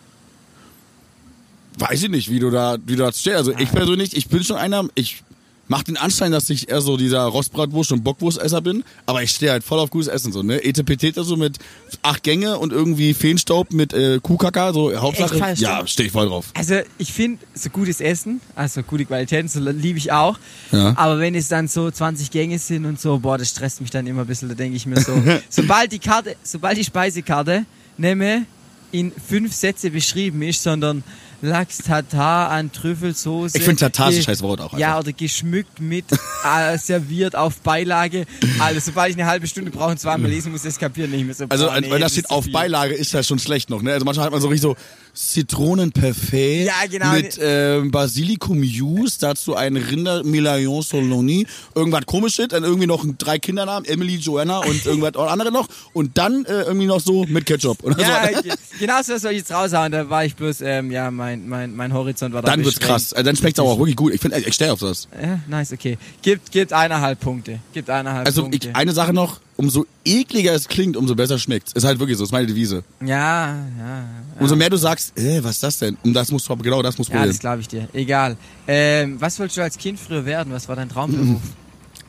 Speaker 2: weiß ich nicht, wie du da, wie du da stehst. Also
Speaker 1: Ah.
Speaker 2: ich persönlich, ich bin schon einer, ich mach den Anschein, dass ich eher so dieser Rostbratwurst und Bockwurstesser bin, aber ich stehe halt voll auf gutes Essen so, ne? Etepetete so mit acht Gänge und irgendwie Feenstaub mit äh, Kuhkacker, so Hauptsache.
Speaker 1: Echt falsch,
Speaker 2: ja,
Speaker 1: stimmt.
Speaker 2: stehe ich voll drauf.
Speaker 1: Also ich finde, so gutes Essen, also gute Qualität, so liebe ich auch.
Speaker 2: Ja.
Speaker 1: Aber wenn es dann so 20 Gänge sind und so, boah, das stresst mich dann immer ein bisschen. Da denke ich mir so, sobald die Karte, sobald die Speisekarte nehme in fünf Sätze beschrieben ist, sondern Lachs Tatar an Trüffelsoße.
Speaker 2: Ich find Tatar ist ein
Speaker 1: ge-
Speaker 2: scheiß Wort auch
Speaker 1: Ja,
Speaker 2: einfach.
Speaker 1: oder geschmückt mit, äh, serviert auf Beilage. Also sobald ich eine halbe Stunde brauche und zweimal lesen muss, das kapiert nicht mehr so.
Speaker 2: Also
Speaker 1: boah, Oh, nee,
Speaker 2: wenn
Speaker 1: das
Speaker 2: das steht
Speaker 1: ist zu
Speaker 2: auf
Speaker 1: viel.
Speaker 2: Beilage, ist das schon schlecht noch, ne? Also manchmal hat man so richtig so Zitronenparfait
Speaker 1: Ja, genau.
Speaker 2: mit ähm, Basilikum Jus, dazu ein Rinder Milayon Soloni, irgendwas komisches, dann irgendwie noch drei Kindernamen, Emily, Joanna und irgendwas auch andere noch und dann äh, irgendwie noch so mit Ketchup oder
Speaker 1: Ja,
Speaker 2: so.
Speaker 1: ge- genau so soll ich jetzt raushauen. Da war ich bloß, ähm, ja, mein, mein, mein Horizont war da
Speaker 2: Dann wird's krass.
Speaker 1: beschränkt.
Speaker 2: Also, dann schmeckt's aber auch wirklich gut. Ich finde, ich stehe auf das.
Speaker 1: Ja, nice, okay. Gibt, gibt eineinhalb Punkte. Gibt eineinhalb
Speaker 2: Also
Speaker 1: Punkte.
Speaker 2: ich, eine Sache noch, umso ekliger es klingt, umso besser schmeckt's. Ist halt wirklich so, ist meine Devise.
Speaker 1: ja, ja.
Speaker 2: Umso mehr du sagst, äh, was ist das denn? Und das musst du, genau das musst du
Speaker 1: Ja,
Speaker 2: probieren.
Speaker 1: das glaube ich dir. Egal. Ähm, was wolltest du als Kind früher werden? Was war dein Traumberuf?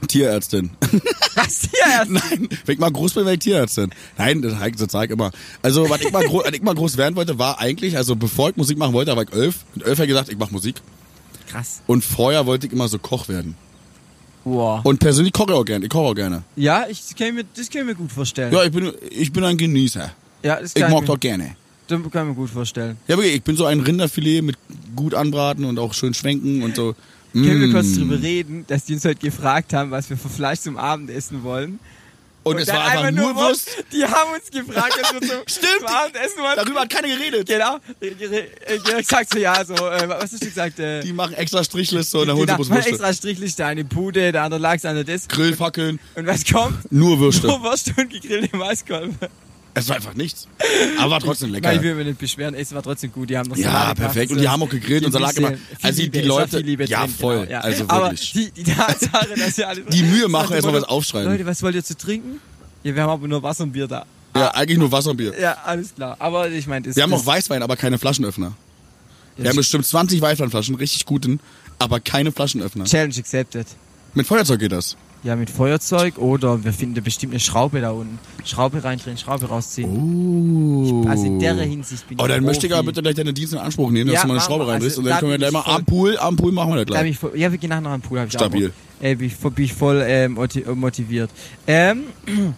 Speaker 2: Tierärztin.
Speaker 1: Was hier?
Speaker 2: Nein, wenn ich mal groß bin, werde ich Tierärztin. Nein, das zeige sag ich immer. Also, was ich, mal gro- was ich mal groß werden wollte, war eigentlich, also bevor ich Musik machen wollte, war ich elf. Mit elf habe ich gesagt, ich mache Musik.
Speaker 1: Krass.
Speaker 2: Und vorher wollte ich immer so Koch werden.
Speaker 1: Wow.
Speaker 2: Und persönlich koche ich auch gerne. Ich koche auch gerne.
Speaker 1: Ja, ich das kann ich mir, das kann ich mir gut vorstellen.
Speaker 2: Ja, ich bin, ich bin ein Genießer.
Speaker 1: Ja, das
Speaker 2: Ich
Speaker 1: kann ich,
Speaker 2: mag
Speaker 1: mir,
Speaker 2: doch gerne.
Speaker 1: das kann ich mir gut vorstellen.
Speaker 2: Ja, wirklich, ich bin so ein Rinderfilet mit gut anbraten und auch schön schwenken und so.
Speaker 1: Können wir kurz
Speaker 2: Mm.
Speaker 1: drüber reden, dass die uns heute gefragt haben, was wir für Fleisch zum Abendessen wollen?
Speaker 2: Und es
Speaker 1: dann
Speaker 2: war einfach nur Wurst.
Speaker 1: Die haben uns gefragt, was wir zum,
Speaker 2: Stimmt.
Speaker 1: zum Abendessen wollen.
Speaker 2: Darüber hat keiner geredet.
Speaker 1: Genau. Ich sag so, ja, so, äh, was hast du gesagt? Äh,
Speaker 2: Die machen extra Strichliste und dann
Speaker 1: die
Speaker 2: holen sie
Speaker 1: dachten,
Speaker 2: bloß
Speaker 1: man
Speaker 2: Würste.
Speaker 1: extra Strichliste, eine Pude, der andere Lachs, einer das.
Speaker 2: Grillfackeln,
Speaker 1: Und was kommt?
Speaker 2: nur Würste.
Speaker 1: Nur Wurst und gegrillte Maiskolben.
Speaker 2: Es war einfach nichts. Aber war trotzdem lecker.
Speaker 1: Nein, ich will mir nicht beschweren, es war trotzdem gut, die haben noch
Speaker 2: Ja,
Speaker 1: Salat gemacht,
Speaker 2: perfekt.
Speaker 1: so.
Speaker 2: Und die haben auch gegrillt und
Speaker 1: Die
Speaker 2: Salat gemacht.
Speaker 1: Wiese, viel
Speaker 2: Also die, die
Speaker 1: Liebe, es war
Speaker 2: Leute,
Speaker 1: viel Liebe
Speaker 2: ja
Speaker 1: drin,
Speaker 2: voll.
Speaker 1: genau, ja.
Speaker 2: Also
Speaker 1: Aber
Speaker 2: wirklich.
Speaker 1: die, die Tatsache, dass wir alle...
Speaker 2: Die Mühe machen,
Speaker 1: Sagt
Speaker 2: erstmal
Speaker 1: immer
Speaker 2: was
Speaker 1: nur,
Speaker 2: aufschreiben.
Speaker 1: Leute, was wollt ihr zu trinken? Ja, wir haben aber nur Wasser und Bier da.
Speaker 2: Ja, eigentlich nur Wasser und Bier.
Speaker 1: Ja, alles klar. Aber ich meine, das
Speaker 2: Wir haben
Speaker 1: das,
Speaker 2: auch Weißwein, aber keine Flaschenöffner. Wir haben
Speaker 1: das-
Speaker 2: bestimmt 20 Weißweinflaschen, richtig guten, aber keine Flaschenöffner.
Speaker 1: Challenge accepted.
Speaker 2: Mit Feuerzeug geht das.
Speaker 1: Ja, mit Feuerzeug oder wir finden bestimmt eine Schraube da unten. Schraube reindrehen, Schraube rausziehen.
Speaker 2: Oh.
Speaker 1: Also in der Hinsicht bin ich
Speaker 2: Oh, dann möchte ich aber
Speaker 1: Profi.
Speaker 2: bitte gleich deine Dienste in Anspruch nehmen, dass
Speaker 1: Ja,
Speaker 2: du mal eine
Speaker 1: machen
Speaker 2: Schraube
Speaker 1: wir.
Speaker 2: reinriss
Speaker 1: Also
Speaker 2: und dann
Speaker 1: da
Speaker 2: können wir
Speaker 1: bin
Speaker 2: gleich
Speaker 1: ich
Speaker 2: mal
Speaker 1: voll-
Speaker 2: am Pool, am Pool machen wir das
Speaker 1: Da bin
Speaker 2: gleich.
Speaker 1: ich voll, ja, wir gehen nachher noch einen Pool. Hab ich
Speaker 2: Stabil.
Speaker 1: Auch, Bock. äh, bin, ich, voll- bin ich voll ähm, moti- äh, motiviert. Ähm,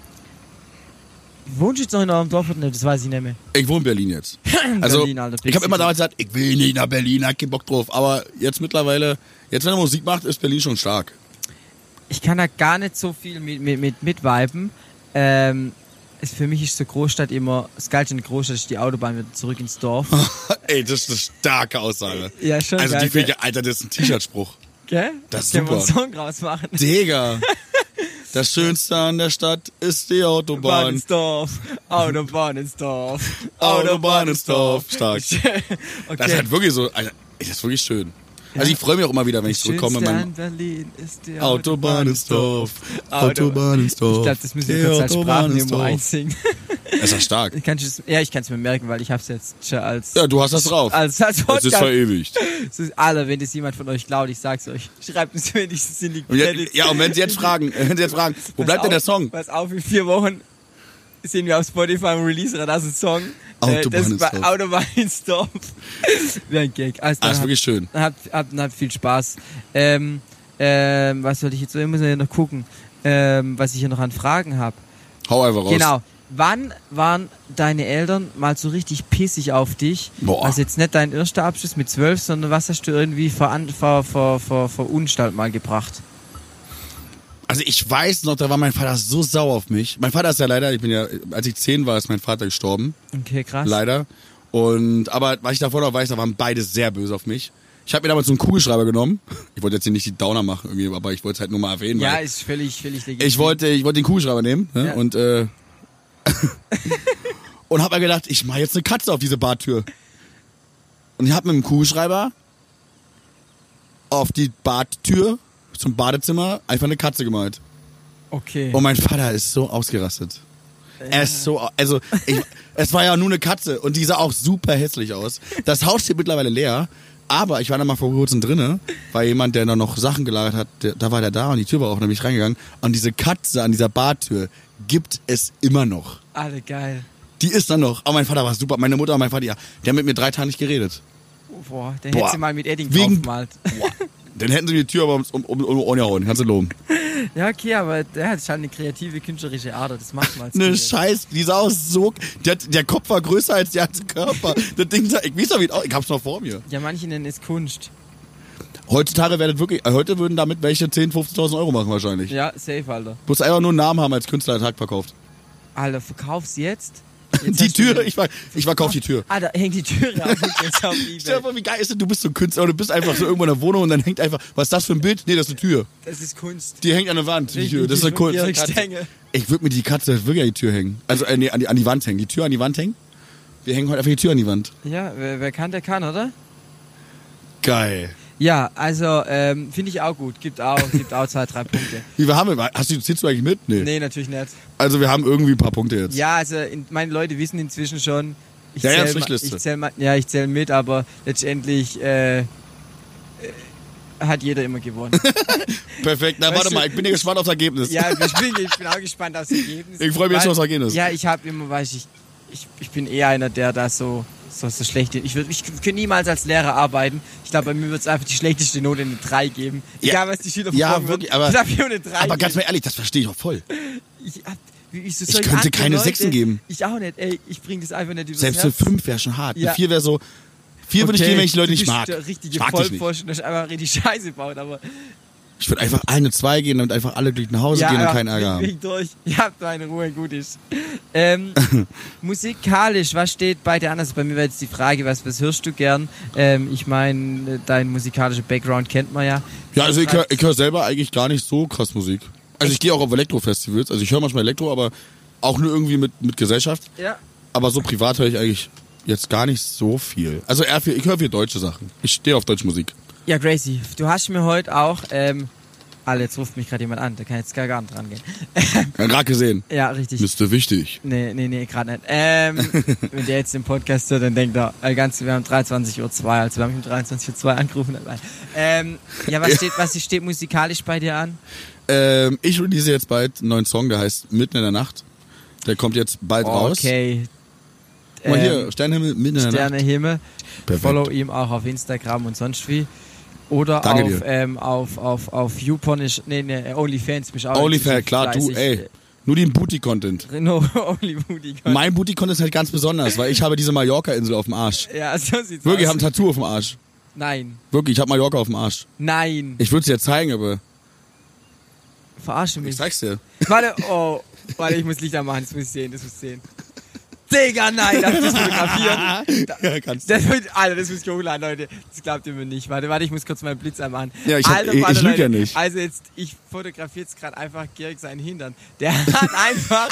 Speaker 1: wohnst du jetzt noch in eurem Dorf? oder nicht? Das weiß ich nicht mehr.
Speaker 2: Ich wohne in Berlin jetzt. Also,
Speaker 1: Berlin, Alter,
Speaker 2: ich habe
Speaker 1: Pixi.
Speaker 2: immer damals gesagt, ich will nicht nach Berlin, hab keinen Bock drauf. Aber jetzt mittlerweile, jetzt wenn er Musik macht, ist Berlin schon stark.
Speaker 1: Ich kann da gar nicht so viel mit, mit, mit, mitviben. Ähm, es, für mich ist so Großstadt immer, das Geilste in der Großstadt ist die Autobahn wieder zurück ins Dorf.
Speaker 2: Ey, das ist eine starke Aussage.
Speaker 1: Ja, schon
Speaker 2: Hm. Also
Speaker 1: geil,
Speaker 2: die finde ich, Alter, das ist ein T-Shirt-Spruch.
Speaker 1: Gell?
Speaker 2: Das ist
Speaker 1: Können wir einen
Speaker 2: super.
Speaker 1: Song draus machen.
Speaker 2: Digga. Das Schönste an der Stadt ist die
Speaker 1: Autobahn
Speaker 2: Autobahn.
Speaker 1: ins Dorf. Autobahn ins Dorf.
Speaker 2: Autobahn ins Dorf. Stark. Das ist
Speaker 1: okay.
Speaker 2: halt wirklich so, Alter, ey, das ist wirklich schön. Also ich freue mich auch immer wieder, wenn ich
Speaker 1: Das
Speaker 2: zurückkomme.
Speaker 1: Schönste
Speaker 2: Mein
Speaker 1: an Berlin ist die
Speaker 2: Autobahn ins Dorf. Autobahn ins Dorf.
Speaker 1: Ich glaube, das müssen
Speaker 2: Die
Speaker 1: wir kurz als
Speaker 2: Autobahn ins
Speaker 1: Sprachnemo
Speaker 2: Dorf.
Speaker 1: einsingen.
Speaker 2: Das ist ja stark.
Speaker 1: Ich kann's jetzt- ja, ich kann es mir merken, weil ich habe es jetzt schon als...
Speaker 2: Ja, du hast das drauf.
Speaker 1: Als, als
Speaker 2: Das ist
Speaker 1: Podcast.
Speaker 2: verewigt.
Speaker 1: Es ist- Alter, wenn das jemand von euch klaut, ich sag's euch. Schreibt es wenigstens in die
Speaker 2: Und
Speaker 1: Credits.
Speaker 2: jetzt, ja, und wenn sie jetzt fragen, wenn sie jetzt fragen, wo
Speaker 1: Pass
Speaker 2: bleibt denn der
Speaker 1: auf,
Speaker 2: Song?
Speaker 1: Pass auf, in vier Wochen sehen wir auf Spotify im Release Radar einen Song. Äh,
Speaker 2: Autobahn
Speaker 1: das
Speaker 2: ins
Speaker 1: war
Speaker 2: Dorf.
Speaker 1: Autobahn ins Dorf. Wie ein Gag. Also,
Speaker 2: Ah,
Speaker 1: dann
Speaker 2: ist
Speaker 1: hab-
Speaker 2: wirklich schön.
Speaker 1: Habt, habt, habt viel Spaß. Ähm, ähm, was soll ich jetzt? Ich muss ja noch gucken, ähm, was ich hier noch an Fragen habe.
Speaker 2: Hau einfach raus.
Speaker 1: Genau. Wann waren deine Eltern mal so richtig pissig auf dich?
Speaker 2: Boah.
Speaker 1: Also jetzt nicht dein erster Abschluss mit zwölf, sondern was hast du irgendwie veran ver, ver, ver, verunstaltet mal gebracht?
Speaker 2: Also ich weiß noch, da war mein Vater so sauer auf mich. Mein Vater ist ja leider, ich bin ja, als ich zehn war, ist mein Vater gestorben.
Speaker 1: Okay, krass.
Speaker 2: Leider. Und aber was ich davor noch weiß, da waren beide sehr böse auf mich. Ich habe mir damals so einen Kugelschreiber genommen. Ich wollte jetzt hier nicht die Downer machen irgendwie, aber ich wollte es halt nur mal erwähnen.
Speaker 1: Ja,
Speaker 2: weil
Speaker 1: ist völlig, völlig legitim.
Speaker 2: ich wollte, ich wollte den Kugelschreiber nehmen ne?
Speaker 1: Ja.
Speaker 2: und äh, und habe mir gedacht, ich mache jetzt eine Katze auf diese Bartür. Und ich habe mit dem Kugelschreiber auf die Badtür zum Badezimmer einfach eine Katze gemalt.
Speaker 1: Okay.
Speaker 2: Und Oh, mein Vater ist so ausgerastet. Er ist so, au- also ich, es war ja nur eine Katze und die sah auch super hässlich aus. Das Haus steht mittlerweile leer, aber ich war da mal vor kurzem drinne, weil jemand, der da noch Sachen gelagert hat, der, da war der da und die Tür war auch nämlich reingegangen. Und diese Katze an dieser Bartür gibt es immer noch.
Speaker 1: Alle geil.
Speaker 2: Die ist da noch. Aber mein Vater war super, meine Mutter und mein Vater, ja, die haben mit mir drei Tage nicht geredet.
Speaker 1: Boah, der
Speaker 2: Boah.
Speaker 1: hätte sie mal mit Edding
Speaker 2: Wegen-
Speaker 1: draufgemalt.
Speaker 2: Boah. Dann hätten sie mir die Tür aber ums- um, um, um, um gehauen, kannst du loben.
Speaker 1: Ja, okay, aber der hat schon eine kreative, künstlerische Ader. Das macht man als
Speaker 2: Ne
Speaker 1: Kind.
Speaker 2: Scheiß, die sah aus so. Der, der Kopf war größer als der ganze Körper. Das Ding sah, ich weiß doch, wie es aus- ich hab's noch vor mir.
Speaker 1: Ja, manche nennen es Kunst.
Speaker 2: Heutzutage werdet wirklich, äh, heute würden damit welche 10.000, 15.000 Euro machen wahrscheinlich.
Speaker 1: Ja, safe, Alter.
Speaker 2: Bloß einfach nur einen Namen haben als Künstler Tag verkauft.
Speaker 1: Alter, verkauf's jetzt. Jetzt
Speaker 2: Die
Speaker 1: hast du
Speaker 2: Tür,
Speaker 1: den-
Speaker 2: ich, ver- ich verkauf die Tür.
Speaker 1: Ah, da hängt die Tür auf. Jetzt auf eBay.
Speaker 2: Stell dir vor, wie geil ist das? Du bist so ein Künstler und du bist einfach so irgendwo in der Wohnung und dann hängt einfach, was ist das für ein Bild? Nee, das ist eine Tür.
Speaker 1: Das ist Kunst.
Speaker 2: Die hängt an der Wand. Die Tür. Das ist eine Kunst.
Speaker 1: Jörg Stengel.
Speaker 2: Ich würde mir die Katze wirklich an die Tür hängen. Also äh, nee, an, die, an die Wand hängen. Die Tür an die Wand hängen. Wir hängen heute einfach die Tür an die Wand.
Speaker 1: Ja, wer, wer kann, der kann, oder?
Speaker 2: Geil.
Speaker 1: Ja, also ähm, finde ich auch gut. Gibt auch, gibt auch zwei, drei Punkte.
Speaker 2: Wie wir haben wir? Hast du, ziehst du eigentlich mit? Nee.
Speaker 1: Nee, natürlich nicht.
Speaker 2: Also wir haben irgendwie ein paar Punkte jetzt.
Speaker 1: Ja, also in, meine Leute wissen inzwischen schon. Ich
Speaker 2: Ja,
Speaker 1: zähl
Speaker 2: ja,
Speaker 1: ma-
Speaker 2: Strichliste.
Speaker 1: ich zähl ma- ja, ich zähl mit, aber letztendlich äh, äh, hat jeder immer gewonnen.
Speaker 2: Perfekt. Na,
Speaker 1: Weißt
Speaker 2: warte
Speaker 1: du-
Speaker 2: mal, ich bin ja gespannt aufs Ergebnis.
Speaker 1: ja, ich bin, ich bin auch gespannt aufs Ergebnis.
Speaker 2: Ich freu mich
Speaker 1: Weil-
Speaker 2: schon aufs Ergebnis.
Speaker 1: Ja, ich habe immer, weiß ich, ich, ich bin eher einer, der da so, so, so schlecht Ich, würd- ich könnte niemals als Lehrer arbeiten. Ich glaube, bei mir wird es einfach die schlechteste Note eine 3 geben.
Speaker 2: Ja.
Speaker 1: Egal, was die Schüler
Speaker 2: Ja,
Speaker 1: verfolgen
Speaker 2: wirklich,
Speaker 1: würden.
Speaker 2: aber-
Speaker 1: Ich darf hier eine 3
Speaker 2: Aber ganz
Speaker 1: geben.
Speaker 2: mal ehrlich, das verstehe ich auch voll.
Speaker 1: Ich, hab- wieso soll
Speaker 2: könnte
Speaker 1: andere
Speaker 2: keine
Speaker 1: Leute-
Speaker 2: Sechsen geben.
Speaker 1: Ich auch nicht, ey. Ich bring das einfach nicht übers
Speaker 2: Selbst eine
Speaker 1: Herz.
Speaker 2: 5 wäre schon hart.
Speaker 1: Ja.
Speaker 2: Eine 4 wäre so. 4 würde ich
Speaker 1: Okay,
Speaker 2: geben, wenn ich die Leute
Speaker 1: du
Speaker 2: nicht
Speaker 1: bist
Speaker 2: mag.
Speaker 1: Der richtige
Speaker 2: Ich mag dich nicht.
Speaker 1: Vollpfosten, der einfach richtig Scheiße baut, aber.
Speaker 2: Ich würde einfach eine 2 gehen, damit einfach alle glücklich nach Hause gehen und
Speaker 1: aber
Speaker 2: Also keinen Ärger
Speaker 1: krieg
Speaker 2: haben.
Speaker 1: durch. Ihr habt meine Ruhe, gut ist. Ähm, musikalisch, was steht bei dir anders? Bei mir wäre jetzt die Frage, was, was hörst du gern? Ähm, ich meine, dein musikalischer Background kennt man ja.
Speaker 2: Ja, also ich höre ich hör selber eigentlich gar nicht so krass Musik. Also ich gehe auch auf Elektro-Festivals. Also ich höre manchmal Elektro, aber auch nur irgendwie mit, mit Gesellschaft.
Speaker 1: Ja.
Speaker 2: Aber so privat höre ich eigentlich jetzt gar nicht so viel. Also eher viel, ich höre viel deutsche Sachen. Ich stehe auf deutsche Musik.
Speaker 1: ja, Gracie, du hast mir heute auch. Ähm, alle, jetzt ruft mich gerade jemand an, da kann jetzt gar nicht dran gehen.
Speaker 2: Ja, Gerade gesehen.
Speaker 1: ja, richtig.
Speaker 2: Müsste wichtig.
Speaker 1: Nee, nee, nee, gerade nicht. Ähm, wenn der jetzt den Podcast hört, dann denkt er, äh, ganz, wir haben 23.02 Uhr, also wir haben um 23.02 Uhr angerufen. Nein. Ähm, ja, was steht, was steht musikalisch bei dir an?
Speaker 2: Ähm, ich release jetzt bald einen neuen Song, der heißt Mitten in der Nacht. Der kommt jetzt bald raus.
Speaker 1: Oh, Okay.
Speaker 2: Guck Mal hier,
Speaker 1: Ähm,
Speaker 2: Sternenhimmel, Mitten in der
Speaker 1: Sterne
Speaker 2: Nacht.
Speaker 1: Himmel.
Speaker 2: Perfekt.
Speaker 1: Follow ihm auch auf Instagram und sonst wie. Oder
Speaker 2: Danke
Speaker 1: auf,
Speaker 2: dir.
Speaker 1: ähm, auf, auf, auf YouPorn ist, nee, nee, OnlyFans bist auch.
Speaker 2: OnlyFans, klar, du, ey. Nur den Booty-Content.
Speaker 1: No, Only Moody.
Speaker 2: Mein Booty-Content ist halt ganz besonders, weil ich habe diese Mallorca-Insel auf dem Arsch.
Speaker 1: Ja, so sieht's
Speaker 2: Wirklich, ich
Speaker 1: aus.
Speaker 2: habe ein Tattoo auf dem Arsch.
Speaker 1: Nein,
Speaker 2: Wirklich, ich habe Mallorca auf dem Arsch.
Speaker 1: nein.
Speaker 2: Ich würde es dir zeigen, aber
Speaker 1: Verarsche
Speaker 2: ich
Speaker 1: mich.
Speaker 2: zeig's dir.
Speaker 1: Warte, oh, warte, ich muss Lichter machen, das muss ich sehen, das muss ich sehen. Digga, nein, darf ich das fotografieren? Da-
Speaker 2: Ja, kannst
Speaker 1: Das wird, Alter, das muss ich hochladen, Leute. Das glaubt ihr mir nicht. Warte, warte, ich muss kurz meinen Blitz anmachen.
Speaker 2: Ja, ich-
Speaker 1: Alter,
Speaker 2: ich- ich
Speaker 1: Vater,
Speaker 2: lüg ja
Speaker 1: Leute.
Speaker 2: nicht.
Speaker 1: Also jetzt, ich fotografiere jetzt gerade einfach Georg seinen Hintern. Der hat einfach,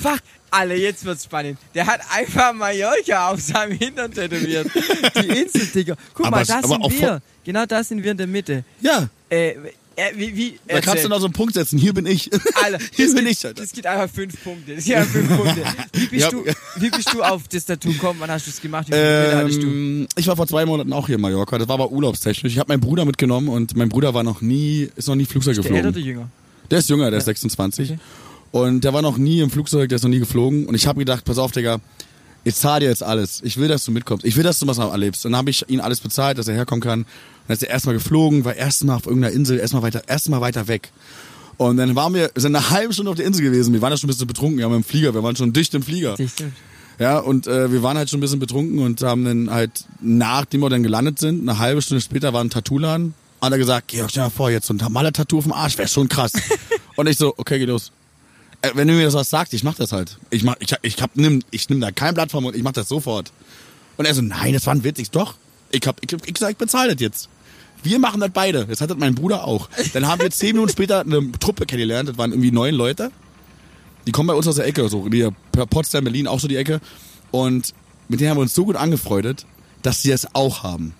Speaker 1: fuck, Alter, jetzt wird's spannend. Der hat einfach Mallorca auf seinem Hintern tätowiert. Die Insel, Digga. Guck
Speaker 2: Aber
Speaker 1: mal,
Speaker 2: es-
Speaker 1: da
Speaker 2: aber
Speaker 1: sind
Speaker 2: auch
Speaker 1: wir.
Speaker 2: vor-
Speaker 1: Genau da sind wir in der Mitte.
Speaker 2: Ja,
Speaker 1: Äh, äh, wie, wie,
Speaker 2: da kannst
Speaker 1: erzähl.
Speaker 2: du noch so einen Punkt setzen. Hier bin ich.
Speaker 1: Alter,
Speaker 2: Hier
Speaker 1: das
Speaker 2: bin
Speaker 1: gibt-
Speaker 2: ich, Alter.
Speaker 1: Das gibt einfach fünf Punkte. Das gibt einfach fünf Punkte. Wie bist,
Speaker 2: Ja.
Speaker 1: du, wie bist du auf das Tattoo gekommen? Wann hast du es gemacht? Wie viele Bilder hattest du?
Speaker 2: Ähm, ich war vor zwei Monaten auch hier in Mallorca. Das war aber urlaubstechnisch. Ich habe meinen Bruder mitgenommen und mein Bruder war noch nie, ist noch nie Flugzeug
Speaker 1: Der ältere oder
Speaker 2: geflogen.
Speaker 1: jünger?
Speaker 2: Der ist jünger, der ist 26. Und der war noch nie im Flugzeug, der ist noch nie geflogen. Und ich habe gedacht, pass auf, Digga, ich zahle dir jetzt alles. Ich will, dass du mitkommst. Ich will, dass du was erlebst. Und dann habe ich ihn alles bezahlt, dass er herkommen kann. Und dann ist er erstmal geflogen, war erstmal auf irgendeiner Insel, erstmal weiter, erstmal weiter weg. Und dann waren wir, sind eine halbe Stunde auf der Insel gewesen. Wir waren ja schon ein bisschen betrunken, ja, mit dem Flieger. Wir waren schon dicht im Flieger. Ja, und äh, wir waren halt schon ein bisschen betrunken und haben dann halt, nachdem wir dann gelandet sind, eine halbe Stunde später war ein Tattoo-Laden. Hat er gesagt, Georg, stell dir mal vor, jetzt so ein Maler-Tattoo auf dem Arsch, wäre schon krass. und ich so, okay, geh los. Äh, wenn du mir das was sagst, ich mach das halt. Ich, mach, ich, ich, hab, nimm, ich nimm da kein Blatt vom Mund, ich mach das sofort. Und er so, nein, das war ein Witz. Ich, doch, ich, hab, ich, ich sag, ich bezahle das jetzt. Wir machen das beide. Das hat das mein Bruder auch. Dann haben wir zehn Minuten später eine Truppe kennengelernt. Das waren irgendwie neun Leute. Die kommen bei uns aus der Ecke, so die Potsdam, Berlin, auch so die Ecke. Und mit denen haben wir uns so gut angefreundet, dass sie das auch haben.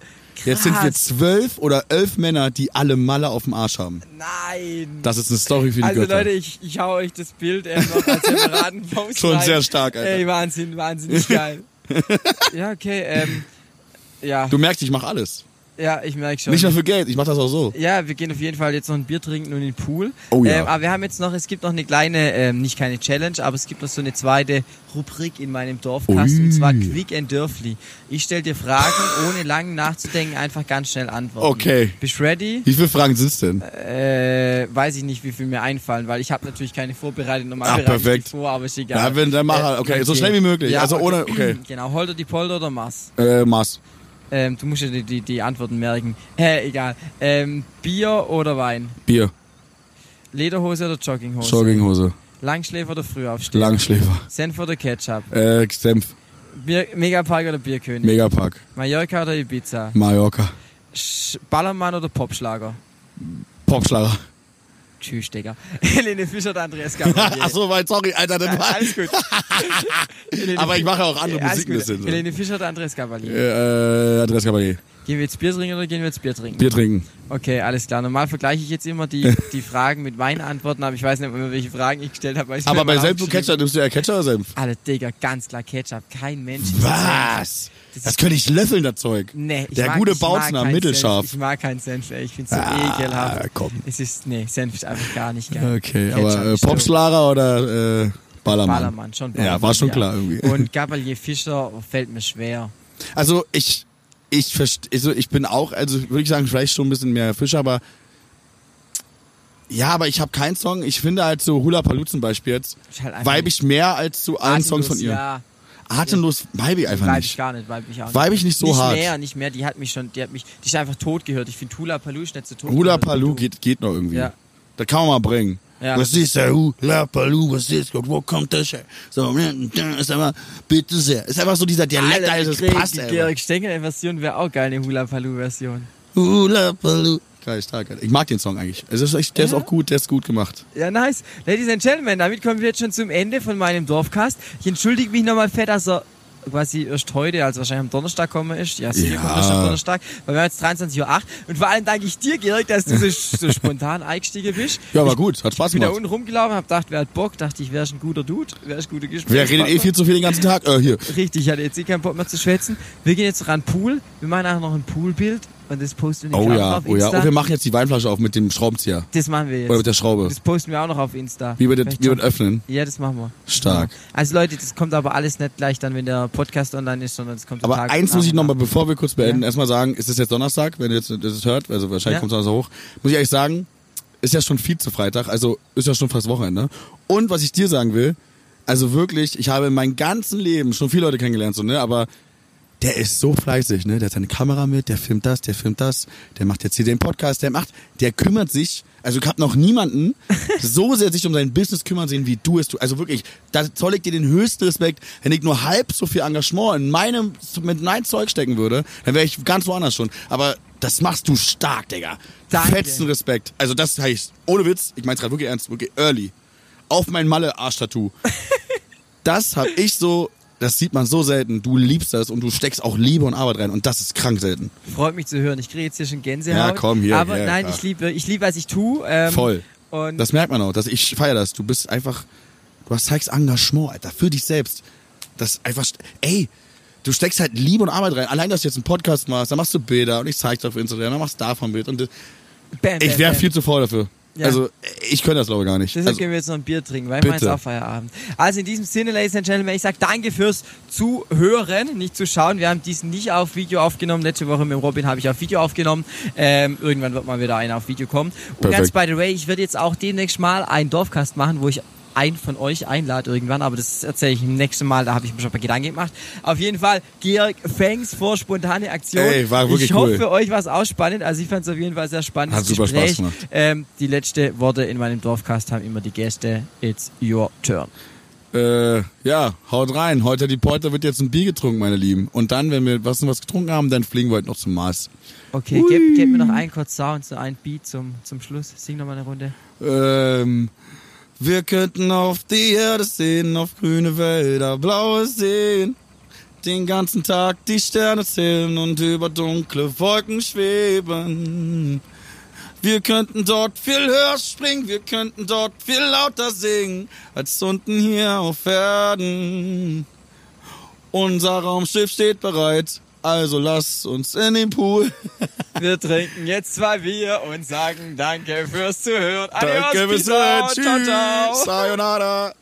Speaker 2: Jetzt sind wir
Speaker 1: Krass.
Speaker 2: zwölf oder elf Männer, die alle Malle auf dem Arsch haben.
Speaker 1: Nein.
Speaker 2: Das ist eine Story für die
Speaker 1: also
Speaker 2: Götter.
Speaker 1: Leute, ich, ich hau euch das Bild äh, noch als separaten Post
Speaker 2: Schon
Speaker 1: rein.
Speaker 2: sehr stark, Alter.
Speaker 1: Ey, Wahnsinn, wahnsinnig geil. ja, okay, ähm, ja,
Speaker 2: Du merkst, ich mache alles.
Speaker 1: ja, ich merke schon.
Speaker 2: Nicht nur für Geld, ich mache das auch so.
Speaker 1: Ja, wir gehen auf jeden Fall jetzt noch ein Bier trinken und in den Pool.
Speaker 2: Oh ja.
Speaker 1: Ähm, aber wir haben jetzt noch, es gibt noch eine kleine, ähm, nicht keine Challenge, aber es gibt noch so eine zweite Rubrik in meinem Dorfkast
Speaker 2: Ui.
Speaker 1: und zwar Quick and Dörfli. Ich stell dir Fragen, ohne lang nachzudenken, einfach ganz schnell antworten.
Speaker 2: Okay.
Speaker 1: Bist du ready?
Speaker 2: Wie viele Fragen sind's denn?
Speaker 1: Äh, weiß ich nicht, wie viel mir einfallen, weil ich habe natürlich keine vorbereitet. Normal
Speaker 2: Ach,
Speaker 1: bereite ich die
Speaker 2: perfekt.
Speaker 1: Vor, aber ist egal. Äh,
Speaker 2: Ja, wenn, dann mach halt. Okay, so schnell wie möglich.
Speaker 1: Ja,
Speaker 2: also ohne, okay.
Speaker 1: Genau, Holder die Polder oder Mars?
Speaker 2: Äh, Mars.
Speaker 1: Ähm, du musst ja die, die, die Antworten merken. Äh, egal. Ähm, Bier oder Wein?
Speaker 2: Bier.
Speaker 1: Lederhose oder Jogginghose?
Speaker 2: Jogginghose.
Speaker 1: Langschläfer oder Frühaufsteher?
Speaker 2: Langschläfer.
Speaker 1: Senf oder Ketchup?
Speaker 2: Äh, Senf.
Speaker 1: Bier Megapark oder Bierkönig?
Speaker 2: Megapark.
Speaker 1: Mallorca oder Ibiza?
Speaker 2: Mallorca.
Speaker 1: Sch Ballermann oder Popschlager?
Speaker 2: Popschlager.
Speaker 1: Tschüss, Digga. Helene Fischer oder Andreas Gabalier?
Speaker 2: Ach so, weit, sorry, Alter, das war.
Speaker 1: Alles gut. Helene
Speaker 2: Aber ich mache auch
Speaker 1: Fi-
Speaker 2: andere
Speaker 1: Alles
Speaker 2: Musiken.
Speaker 1: gut. Helene Fischer oder Andreas Gabalier?
Speaker 2: Äh, Andreas Caballé.
Speaker 1: Gehen wir jetzt Bier trinken oder gehen wir jetzt Bier trinken?
Speaker 2: Bier trinken.
Speaker 1: Okay, alles klar. Normal vergleiche ich jetzt immer die, die Fragen mit meinen Antworten, aber ich weiß nicht mehr, welche Fragen ich gestellt habe. weil ich's mir
Speaker 2: Aber bei
Speaker 1: mal
Speaker 2: Senf und
Speaker 1: aufgeschrieben
Speaker 2: Ketchup nimmst du ja Ketchup oder Senf?
Speaker 1: Alter, Digga, ganz klar Ketchup. Kein Mensch.
Speaker 2: Was?
Speaker 1: Das
Speaker 2: Das
Speaker 1: ist-
Speaker 2: könnte ich löffeln, das Zeug.
Speaker 1: Nee, ich
Speaker 2: Der
Speaker 1: mag,
Speaker 2: gute
Speaker 1: ich mag
Speaker 2: Bautzner,
Speaker 1: keinen
Speaker 2: mittelscharf.
Speaker 1: Senf. Ich mag keinen Senf, ey. Ich find's so
Speaker 2: Ah,
Speaker 1: ekelhaft.
Speaker 2: komm.
Speaker 1: Es ist, nee, Senf ist einfach gar nicht geil.
Speaker 2: Okay,
Speaker 1: Ketchup
Speaker 2: aber äh,
Speaker 1: ist schlimm.
Speaker 2: Popslara oder äh, Ballermann?
Speaker 1: Ballermann, schon
Speaker 2: Ja, war schon klar irgendwie.
Speaker 1: Und Gabalier Fischer fällt mir schwer.
Speaker 2: Also ich, ich verstehe, also ich bin auch, also würde ich sagen, vielleicht schon ein bisschen mehr Fisch, aber ja, aber ich habe keinen Song. Ich finde halt so Hula Paloo zum Beispiel jetzt,
Speaker 1: Ist halt einfach
Speaker 2: weibe ich mehr als zu allen Songs von ihr.
Speaker 1: Ja,
Speaker 2: Atemlos weibe ich einfach
Speaker 1: weib ich
Speaker 2: nicht.
Speaker 1: gar nicht, weib ich auch nicht.
Speaker 2: Weib ich nicht so
Speaker 1: nicht
Speaker 2: hart.
Speaker 1: mehr, nicht mehr. Die hat mich schon, die hat mich, die ist einfach tot gehört. Ich finde Hula Paloo ist nicht so tot.
Speaker 2: Hula
Speaker 1: gehört wie
Speaker 2: Paloo
Speaker 1: du.
Speaker 2: geht, geht noch irgendwie.
Speaker 1: Ja.
Speaker 2: Da kann man mal bringen.
Speaker 1: Ja.
Speaker 2: Was ist der Hula Paloo? Was ist Gott? Wo kommt der Scheiß? So, ne, ist einfach, bitte sehr. Ist einfach so dieser Dialekt,
Speaker 1: Alter,
Speaker 2: Alter,
Speaker 1: die
Speaker 2: das
Speaker 1: Gre-
Speaker 2: passt
Speaker 1: die
Speaker 2: einfach.
Speaker 1: Georg Stengel-Version wäre auch geil, eine Hula Paloo-Version.
Speaker 2: Hula Paloo. Geil, stark. Alter. Ich mag den Song eigentlich. Es ist echt, der ist auch gut, der ist gut gemacht.
Speaker 1: Ja, nice. Ladies and Gentlemen, damit kommen wir jetzt schon zum Ende von meinem Dorfcast. Ich entschuldige mich nochmal fett, dass er quasi erst heute, also wahrscheinlich am Donnerstag kommen ist. Ja, sicher
Speaker 2: Ja.
Speaker 1: kommt erst am Donnerstag, weil wir haben jetzt 23.08 Uhr. Und vor allem danke ich dir, Georg, dass du so, so spontan eingestiegen bist.
Speaker 2: Ja, war
Speaker 1: ich
Speaker 2: gut, hat Spaß
Speaker 1: bin da
Speaker 2: gemacht.
Speaker 1: unten rumgelaufen, hab gedacht, wer hat Bock, dachte ich, wer ist ein guter Dude, wer ist ein guter Gespräch.
Speaker 2: Wer redet eh viel zu viel den ganzen Tag? Äh, hier.
Speaker 1: Richtig, ich hatte jetzt eh keinen Bock mehr zu schwätzen. Wir gehen jetzt ran Pool, wir machen nachher noch ein Poolbild und das posten wir
Speaker 2: Oh
Speaker 1: auch
Speaker 2: ja,
Speaker 1: auf
Speaker 2: oh ja.
Speaker 1: Insta.
Speaker 2: Und wir machen jetzt die Weinflasche auf mit dem Schraubenzieher.
Speaker 1: das machen wir
Speaker 2: Oder mit
Speaker 1: jetzt.
Speaker 2: der Schraube.
Speaker 1: Das posten wir auch noch auf Insta.
Speaker 2: Wie wir das,
Speaker 1: Vielleicht
Speaker 2: wie wir das öffnen.
Speaker 1: Ja, das machen wir.
Speaker 2: Stark.
Speaker 1: Also Leute, das kommt aber alles nicht gleich dann, wenn der Podcast online ist, sondern es kommt
Speaker 2: Aber
Speaker 1: am Tag
Speaker 2: eins
Speaker 1: nach
Speaker 2: muss ich
Speaker 1: und
Speaker 2: nochmal,
Speaker 1: nach.
Speaker 2: bevor wir kurz beenden, erstmal sagen, ist es jetzt Donnerstag, wenn ihr jetzt das hört, also wahrscheinlich
Speaker 1: Ja.
Speaker 2: kommt es Donnerstag hoch, muss ich ehrlich sagen, ist ja schon viel zu Freitag, also ist ja schon fast Wochenende. Und was ich dir sagen will, also wirklich, ich habe in meinem ganzen Leben schon viele Leute kennengelernt, so, ne, aber der ist so fleißig, ne? Der hat seine Kamera mit, der filmt das, der filmt das, der macht jetzt hier den Podcast, der macht, der kümmert sich. Also ich habe noch niemanden so sehr sich um sein Business kümmern sehen, wie du es tust. Also wirklich, da zoll ich dir den höchsten Respekt. Wenn ich nur halb so viel Engagement in meinem, mit mein Zeug stecken würde, dann wäre ich ganz woanders schon. Aber das machst du stark, Digga.
Speaker 1: Danke.
Speaker 2: Fetzen Respekt. Also das heißt, ohne Witz, ich mein's grad wirklich ernst, wirklich early. Auf mein Malle-Arsch-Tattoo das habe ich so, das sieht man so selten. Du liebst das und du steckst auch Liebe und Arbeit rein und das ist krank selten.
Speaker 1: Freut mich zu hören. Ich kriege jetzt hier schon Gänsehaut.
Speaker 2: Ja, komm, hier,
Speaker 1: Aber
Speaker 2: hier,
Speaker 1: nein,
Speaker 2: klar.
Speaker 1: ich liebe, ich liebe, was ich tue. Ähm,
Speaker 2: Voll.
Speaker 1: Und
Speaker 2: Das merkt man auch. Dass ich feier das. Du bist einfach, du hast zeigst Engagement, Alter, für dich selbst. Das ist einfach, ey, du steckst halt Liebe und Arbeit rein. Allein, dass du jetzt einen Podcast machst, dann machst du Bilder und ich zeig's auf Instagram, dann machst du davon ein Bild und das-
Speaker 1: bam, bam,
Speaker 2: ich wäre
Speaker 1: bam.
Speaker 2: viel zu faul dafür.
Speaker 1: Ja.
Speaker 2: Also, ich könnte das glaube ich gar nicht.
Speaker 1: Deshalb
Speaker 2: Also,
Speaker 1: gehen wir jetzt noch ein Bier trinken, weil
Speaker 2: Bitte.
Speaker 1: meins auch Feierabend. Also in diesem Sinne, Ladies and Gentlemen, ich sag danke fürs Zuhören, nicht zu schauen. Wir haben diesen nicht auf Video aufgenommen. Letzte Woche mit dem Robin habe ich auf Video aufgenommen. Ähm, irgendwann wird mal wieder einer auf Video kommen. Und ganz
Speaker 2: Perfekt.
Speaker 1: by the way, ich werde jetzt auch demnächst mal einen Dorfcast machen, wo ich einen von euch einlade irgendwann, aber das erzähle ich im nächsten Mal, da habe ich mir schon ein paar Gedanken gemacht. Auf jeden Fall, Georg, thanks für spontane Aktion.
Speaker 2: Ey, war wirklich
Speaker 1: ich hoffe,
Speaker 2: cool.
Speaker 1: für euch war es auch spannend, also ich fand es auf jeden Fall sehr spannend.
Speaker 2: Hat super Spaß
Speaker 1: Gespräch.
Speaker 2: gemacht.
Speaker 1: Ähm, die letzte Worte in meinem Dorfcast haben immer die Gäste. It's your turn.
Speaker 2: äh, ja, haut rein. Heute die Polter wird jetzt ein Bier getrunken, meine Lieben. Und dann, wenn wir was und was getrunken haben, dann fliegen wir heute noch zum Mars.
Speaker 1: Okay, gebt geb mir noch einen kurz Sound, so einen Beat zum, zum Schluss. Sing noch mal eine Runde.
Speaker 2: Ähm, wir könnten auf die Erde sehen, auf grüne Wälder, blaue Seen. Den ganzen Tag die Sterne zählen und über dunkle Wolken schweben. Wir könnten dort viel höher springen, wir könnten dort viel lauter singen, als unten hier auf Erden. Unser Raumschiff steht bereit, also lasst uns in den Pool.
Speaker 1: Wir trinken jetzt zwei Bier und sagen Danke fürs Zuhören.
Speaker 2: Danke
Speaker 1: Adios,
Speaker 2: fürs
Speaker 1: peace out, ciao,
Speaker 2: Zuhören.
Speaker 1: ciao.
Speaker 2: Tschüss. Sayonara.